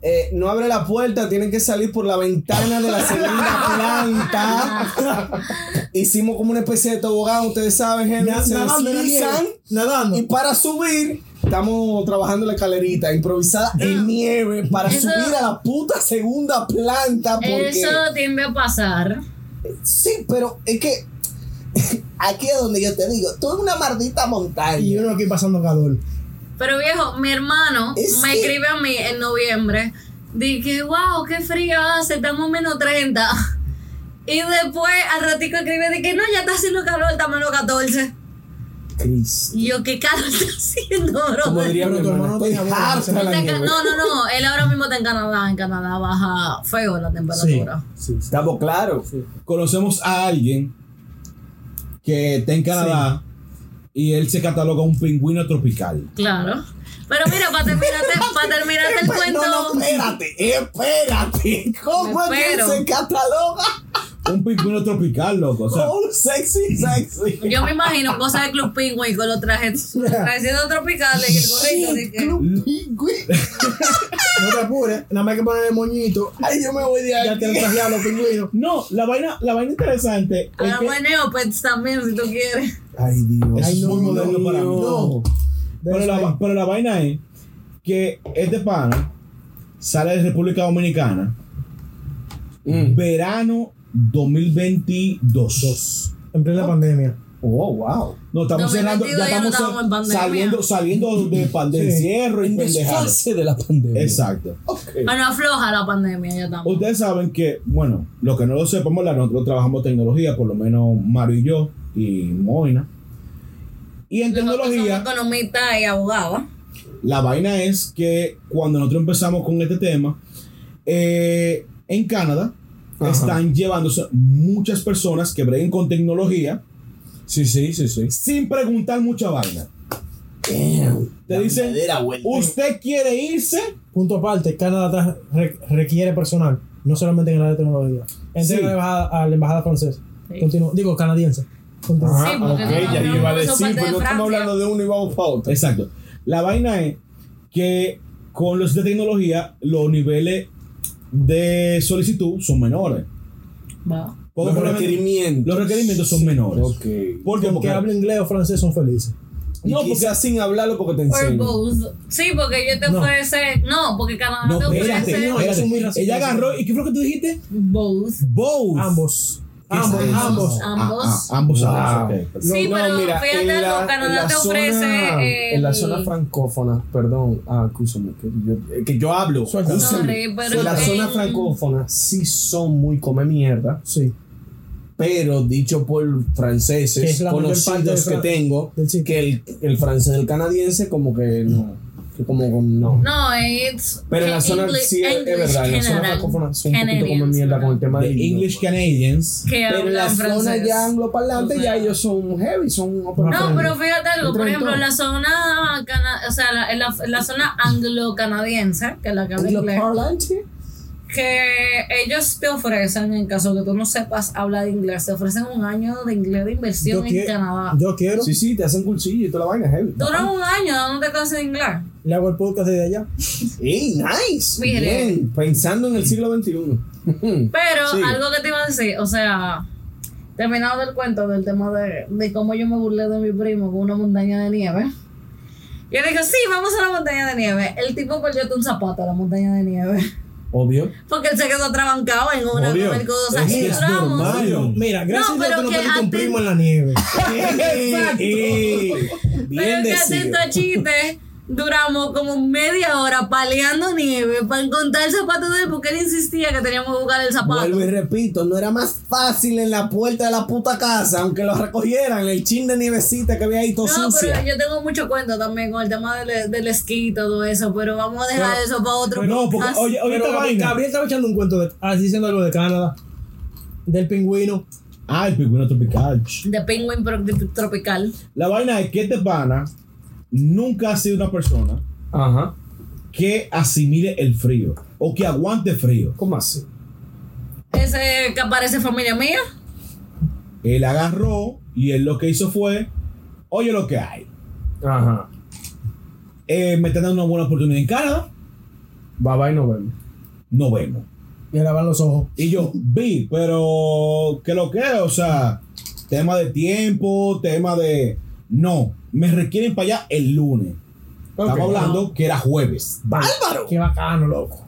eh, no abre la puerta, tienen que salir por la ventana de la segunda planta. Hicimos como una especie de tobogán, ustedes saben, gente. Na- Se nadando en la nieve. deslizan Nadando. y para subir, estamos trabajando la escalerita improvisada en nieve para Eso- subir a la puta segunda planta. Porque... Eso tiende a pasar. Sí, pero es que aquí es donde yo te digo, tú en una maldita Y montaña. uno aquí pasando calor. Pero viejo, mi hermano Es me que- escribe a mí en noviembre. Dije, wow, qué frío hace, estamos menos 30. Y después al ratico escribe de que no, ya está haciendo calor, estamos menos 14. Cris. Y yo, ¿qué calor está haciendo, bro? Como diría Pero mi tu hermana, hermano estoy tiene abuelo, harta de la Está en Ca- nieve. No, no, no. Él ahora mismo está en Canadá. En Canadá baja feo la temperatura. Estamos claros. Conocemos a alguien que está en Canadá y él se cataloga un pingüino tropical. Claro. Pero mira, para terminarte, para terminarte el Espe- cuento. No, no, espérate, espérate. ¿Cómo Me es que espero. se cataloga Un pingüino tropical, loco. O sea, con sexy, sexy? Yo me imagino cosas de Club Penguin con los trajes trajecitos tropicales y el gorrito. así que- Club Pingüi. No te apures, nada más hay que poner el moñito. Ay, yo me voy de Ya aquí. te han trajeado los pingüinos. no, la vaina, la vaina interesante es Ahora que pone Neopets pues, también, si tú quieres. Ay, Dios. Ay, no, muy moderno para mí. no. Pero la, pero la vaina es que este pana sale de República Dominicana Mm. verano 2022. En plena pandemia. Oh, wow. No, 2022 estamos cerrando, ya ya no estamos estábamos en pandemia. saliendo, saliendo de, pan- de Sí. encierro y pendejadas. de la pandemia. Exacto. Bueno, afloja la pandemia ya también. Ustedes saben que, bueno, lo que no lo sepamos, la- nosotros trabajamos tecnología, por lo menos Mario y yo, y Moina. Y en tecnología, Economista y abogado. la vaina es que cuando nosotros empezamos con este tema, eh, en Canadá Ajá. están llevándose muchas personas que breguen con tecnología Sí, sí, sí, sí. sin preguntar mucha vaina. Te dicen, usted quiere irse, Punto aparte, Canadá tra- re- requiere personal, no solamente en el área de tecnología. Entra Sí. a, la embajada, a la embajada francesa. Sí. Continúa. Digo, canadiense. Continúa. Sí, porque ok, ya no, yo iba a no, eso decir, parte pues de no estamos Francia. hablando de uno y vamos para otro. Exacto. La vaina es que con los de tecnología, los niveles de solicitud son menores. Va. Porque Los probablemente- requerimientos. Los requerimientos son menores. Ok. ¿Por qué? Porque Porque habla inglés o francés son felices. Y No, porque quizás sin hablarlo porque te Or enseño. both. Sí, porque yo te No. ofrece. Ah, No, porque Canadá No, te espérate, ofrece. no, eso es muy espérate. racista. Ella agarró. ¿Y qué fue lo que tú dijiste? Both. Both. Ambos. ¿Qué es Ambos, eso? ambos. Ah, Ambos. ah, ambos. Wow. ambos, ok, pues. perfecto. Sí, pero fíjate en algo, Canadá en la te ofrece zona- En la el- zona francófona, perdón, ah, escúchame, que yo, eh, que yo hablo. Suelta. escúchame. Sorry, pero en la en- zona francófona sí son muy come mierda, Sí. pero dicho por Que es franceses la mayor parte de conocidos que Fran- tengo, del sitio. que el, el francés del canadiense como que no, que como con- no. No, it's. Pero en la zona Engli- sí es- es English verdad, en la zona Canadian- francófona son un poquito come Canadians, mierda con el tema The del idioma. English Canadians. Que Pero en la hablan zona francés. ya angloparlante O sea. ya ellos son heavy, son No, pero fíjate algo, por Entra en ejemplo, todo. en la zona, cana- o sea, la- en, la, en la zona anglo-canadiense, que es la que habla inglés, angloparlante. que ellos te ofrecen, en caso que tú no sepas hablar inglés, te ofrecen un año de inglés de Yo, inversión en quie- Canadá. yo quiero. Sí, sí, te hacen cursillo y toda la vaina heavy. Dura un año dándote clases de inglés. Le hago el podcast desde allá. ¡Ey, nice! Mire. Bien, pensando en el siglo XXI. Pero Sí. algo que te iba a decir, o sea, terminado el cuento del tema de, de cómo yo me burlé de mi primo con una montaña de nieve. Yo le dije, sí, vamos a la montaña de nieve. El tipo perdió hasta un zapato a la montaña de nieve. Obvio. Porque él se quedó trabancado en una Obvio. con el codo. O sea, Es que es entramos. normal. Ay, no. Mira, gracias No, a Dios pero tú no que perdiste un antes- primo en la nieve. ¡Ey! Pero Bien que decidido. atento a chiste, duramos como media hora paleando nieve para encontrar el zapato de él porque él insistía que teníamos que buscar el zapato. Vuelvo y repito, no era más fácil en la puerta de la puta casa, aunque lo recogieran, el chin de nievecita que había ahí todo No, pero sucia. yo tengo mucho cuento también con el tema del, del esquí y todo eso, pero vamos a dejar eso para otro No, porque, podcast. oye, oye, Pero esta Gabriel, vaina. Gabriel estaba echando un cuento de, ah, diciendo algo de Canadá. Del pingüino. Ay, pingüino tropical. ch. De Penguin Pro- de- Tropical. La vaina es que este pana nunca ha sido una persona Ajá. que asimile el frío o que aguante frío. ¿Cómo así? Ese que aparece familia mía. Él agarró y él lo que hizo fue, oye lo que hay. Ajá. Eh, me están dando una buena oportunidad en Canadá, Bye bye, nos vemos. no vemos. Me lavan los ojos. Y yo, vi, pero que lo que, o sea, tema de tiempo, tema de... No, me requieren para allá el lunes. Ok. Estamos hablando que era jueves. ¡Bárbaro! ¡Qué bacano, loco!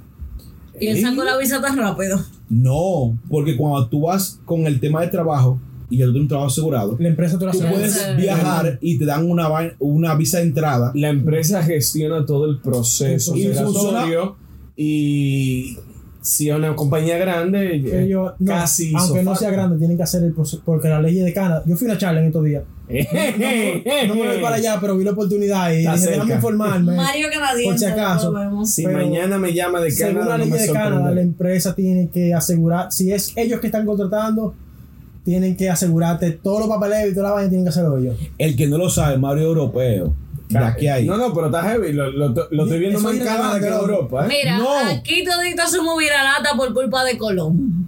Y él ¿Eh? sacó la visa tan rápido. No, porque cuando tú vas con el tema de trabajo y ya tú tienes un trabajo asegurado, La empresa te lo tú hace. puedes viajar y te dan una, vai- una visa de entrada. La empresa gestiona todo el proceso Y migratorio y si es una compañía grande, eh, Ellos, no, casi hizo aunque no falta. sea grande, tienen que hacer el proceso. Porque la ley de Canadá. Yo fui a una charla en estos días. eh, No me voy para allá, pero vi la oportunidad y Está dije, déjame cerca". informarme. Mario Canadiense. Por si acaso. después vemos. Si Pero mañana me llama de Según Canadá, la no Ah, ley me de Canadá, la sorprende. empresa tiene que asegurar, si es ellos que están contratando, tienen que asegurarte todos los papeleos y toda la vaina tienen que hacerlo ellos. El que no lo sabe, Mario Europeo. De aquí a ahí. No, no, pero está heavy. Lo, lo- lo estoy viendo Eso más en es Canadá que en irrelevante. Europa. ¿eh? Mira, No. aquí todito somos viralata por culpa de Colón.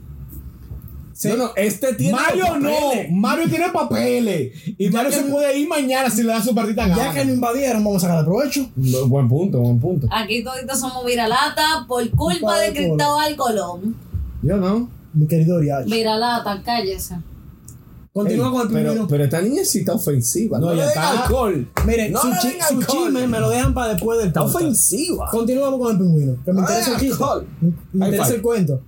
No, no, este tiene. Mario los papeles. no, Mario tiene papeles. Y Mario se puede ir mañana si le da su partida Ya que gana. lo invadieron, vamos a sacar el provecho. Bu- Buen punto, buen punto. Aquí todito somos viralata por culpa Culpa de de Colón. Cristóbal Colón. Yo no. Mi querido Oriachi. Viralata, cállese. Continúa Ey, con el pero- primero. Pero, esta niña sí está ofensiva. No, No, ya le den está. alcohol. Miren, No su, le chi- den su alcohol. chisme me lo dejan para después del Está podcast. ofensiva. Continuamos con el pingüino, que No le me interesa el den chiste. alcohol. Me High interesa five. el cuento.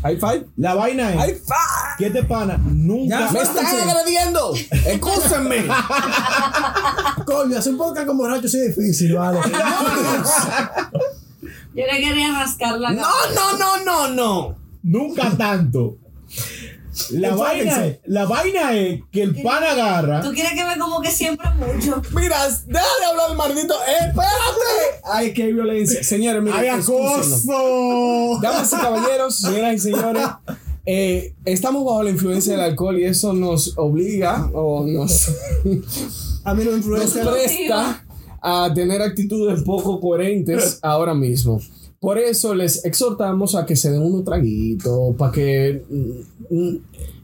High five. La vaina High es five. que este pana nunca. Ya, Me están Escúchense. agrediendo. Escúsenme. Coño, hacer un podcast con borracho sí es difícil, vale. Yo le quería rascar la No, no, no, no, no. Nunca tanto. La Enfóquense. vaina, la vaina es que el pana agarra. Tú quieres que ve como que siempre mucho. Mira, deja de hablar, maldito. Eh, ¡Espérate! Ay, que hay violencia. Señores, mira. ¡Hay acoso! Damas y caballeros, señoras y señores, eh, estamos bajo la influencia del alcohol y eso nos obliga o nos, A mí no nos me influencia. presta a tener actitudes poco coherentes ahora mismo. Por eso les exhortamos a que se den unos traguitos, para que mm, mm,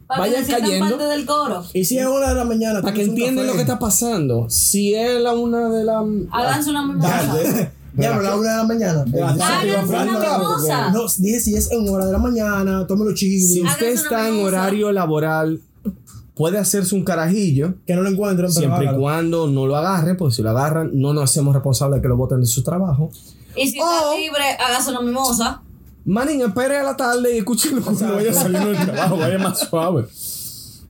Para que vayan se sientan cayendo. parte del coro. Y si es hora de la mañana, Para que tomas un entiendan café. lo que está pasando. Si es la una de la... Háganse una memoria. Tarde. Ya, a la una de la mañana. Ah, Háganse una mimosa. No, dije si es en hora de la mañana, tómelo chido. Si Háganse usted una está en mimosa. horario laboral, puede hacerse un carajillo. Que no lo encuentren, pero Siempre y hágalo. cuando no lo agarre, porque si lo agarran, no nos hacemos responsables de que lo boten de su trabajo. Y si está O- libre, hágase una mimosa. Manín, espere a la tarde y escúchelo cuando vaya saliendo del trabajo, vaya más suave.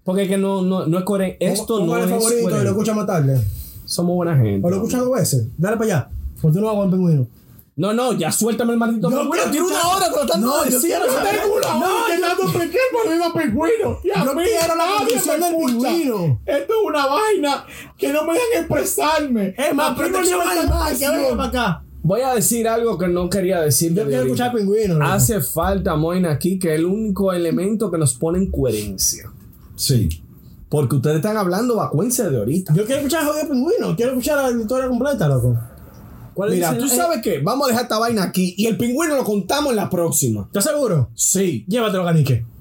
Porque es que no, no, no es coherente. Esto no Póngale es favorito y lo coherente. escucha más tarde. Somos buena gente. O lo escucha dos veces. Dale para allá. Pues Continúa con el pingüino. No, no, ya suéltame el maldito. No, pingüino, pero tiene tú- una hora tratando No, de yo decirlo. quiero- Tengo una No, hora yo- quedando pequeño el mismo pingüino. Y a Yo mí quiero la nadie me bendición del escucha. pingüino. Esto es una vaina que no me dejan expresarme. Es Ah, más, La protección primera animal, que venga para acá. Voy a decir algo que no quería decir. Yo quiero escuchar al pingüino. loco. Hace falta, Moina, aquí que el único elemento que nos pone en coherencia. Sí. Porque ustedes están hablando vacuencia de ahorita. Yo quiero escuchar a Jodido Pingüino. Quiero escuchar la historia completa, loco. ¿Cuál es Mira, el- tú eh, sabes. qué? Vamos a dejar esta vaina aquí y el pingüino lo contamos en la próxima. ¿Estás seguro? Sí. Llévatelo, canique.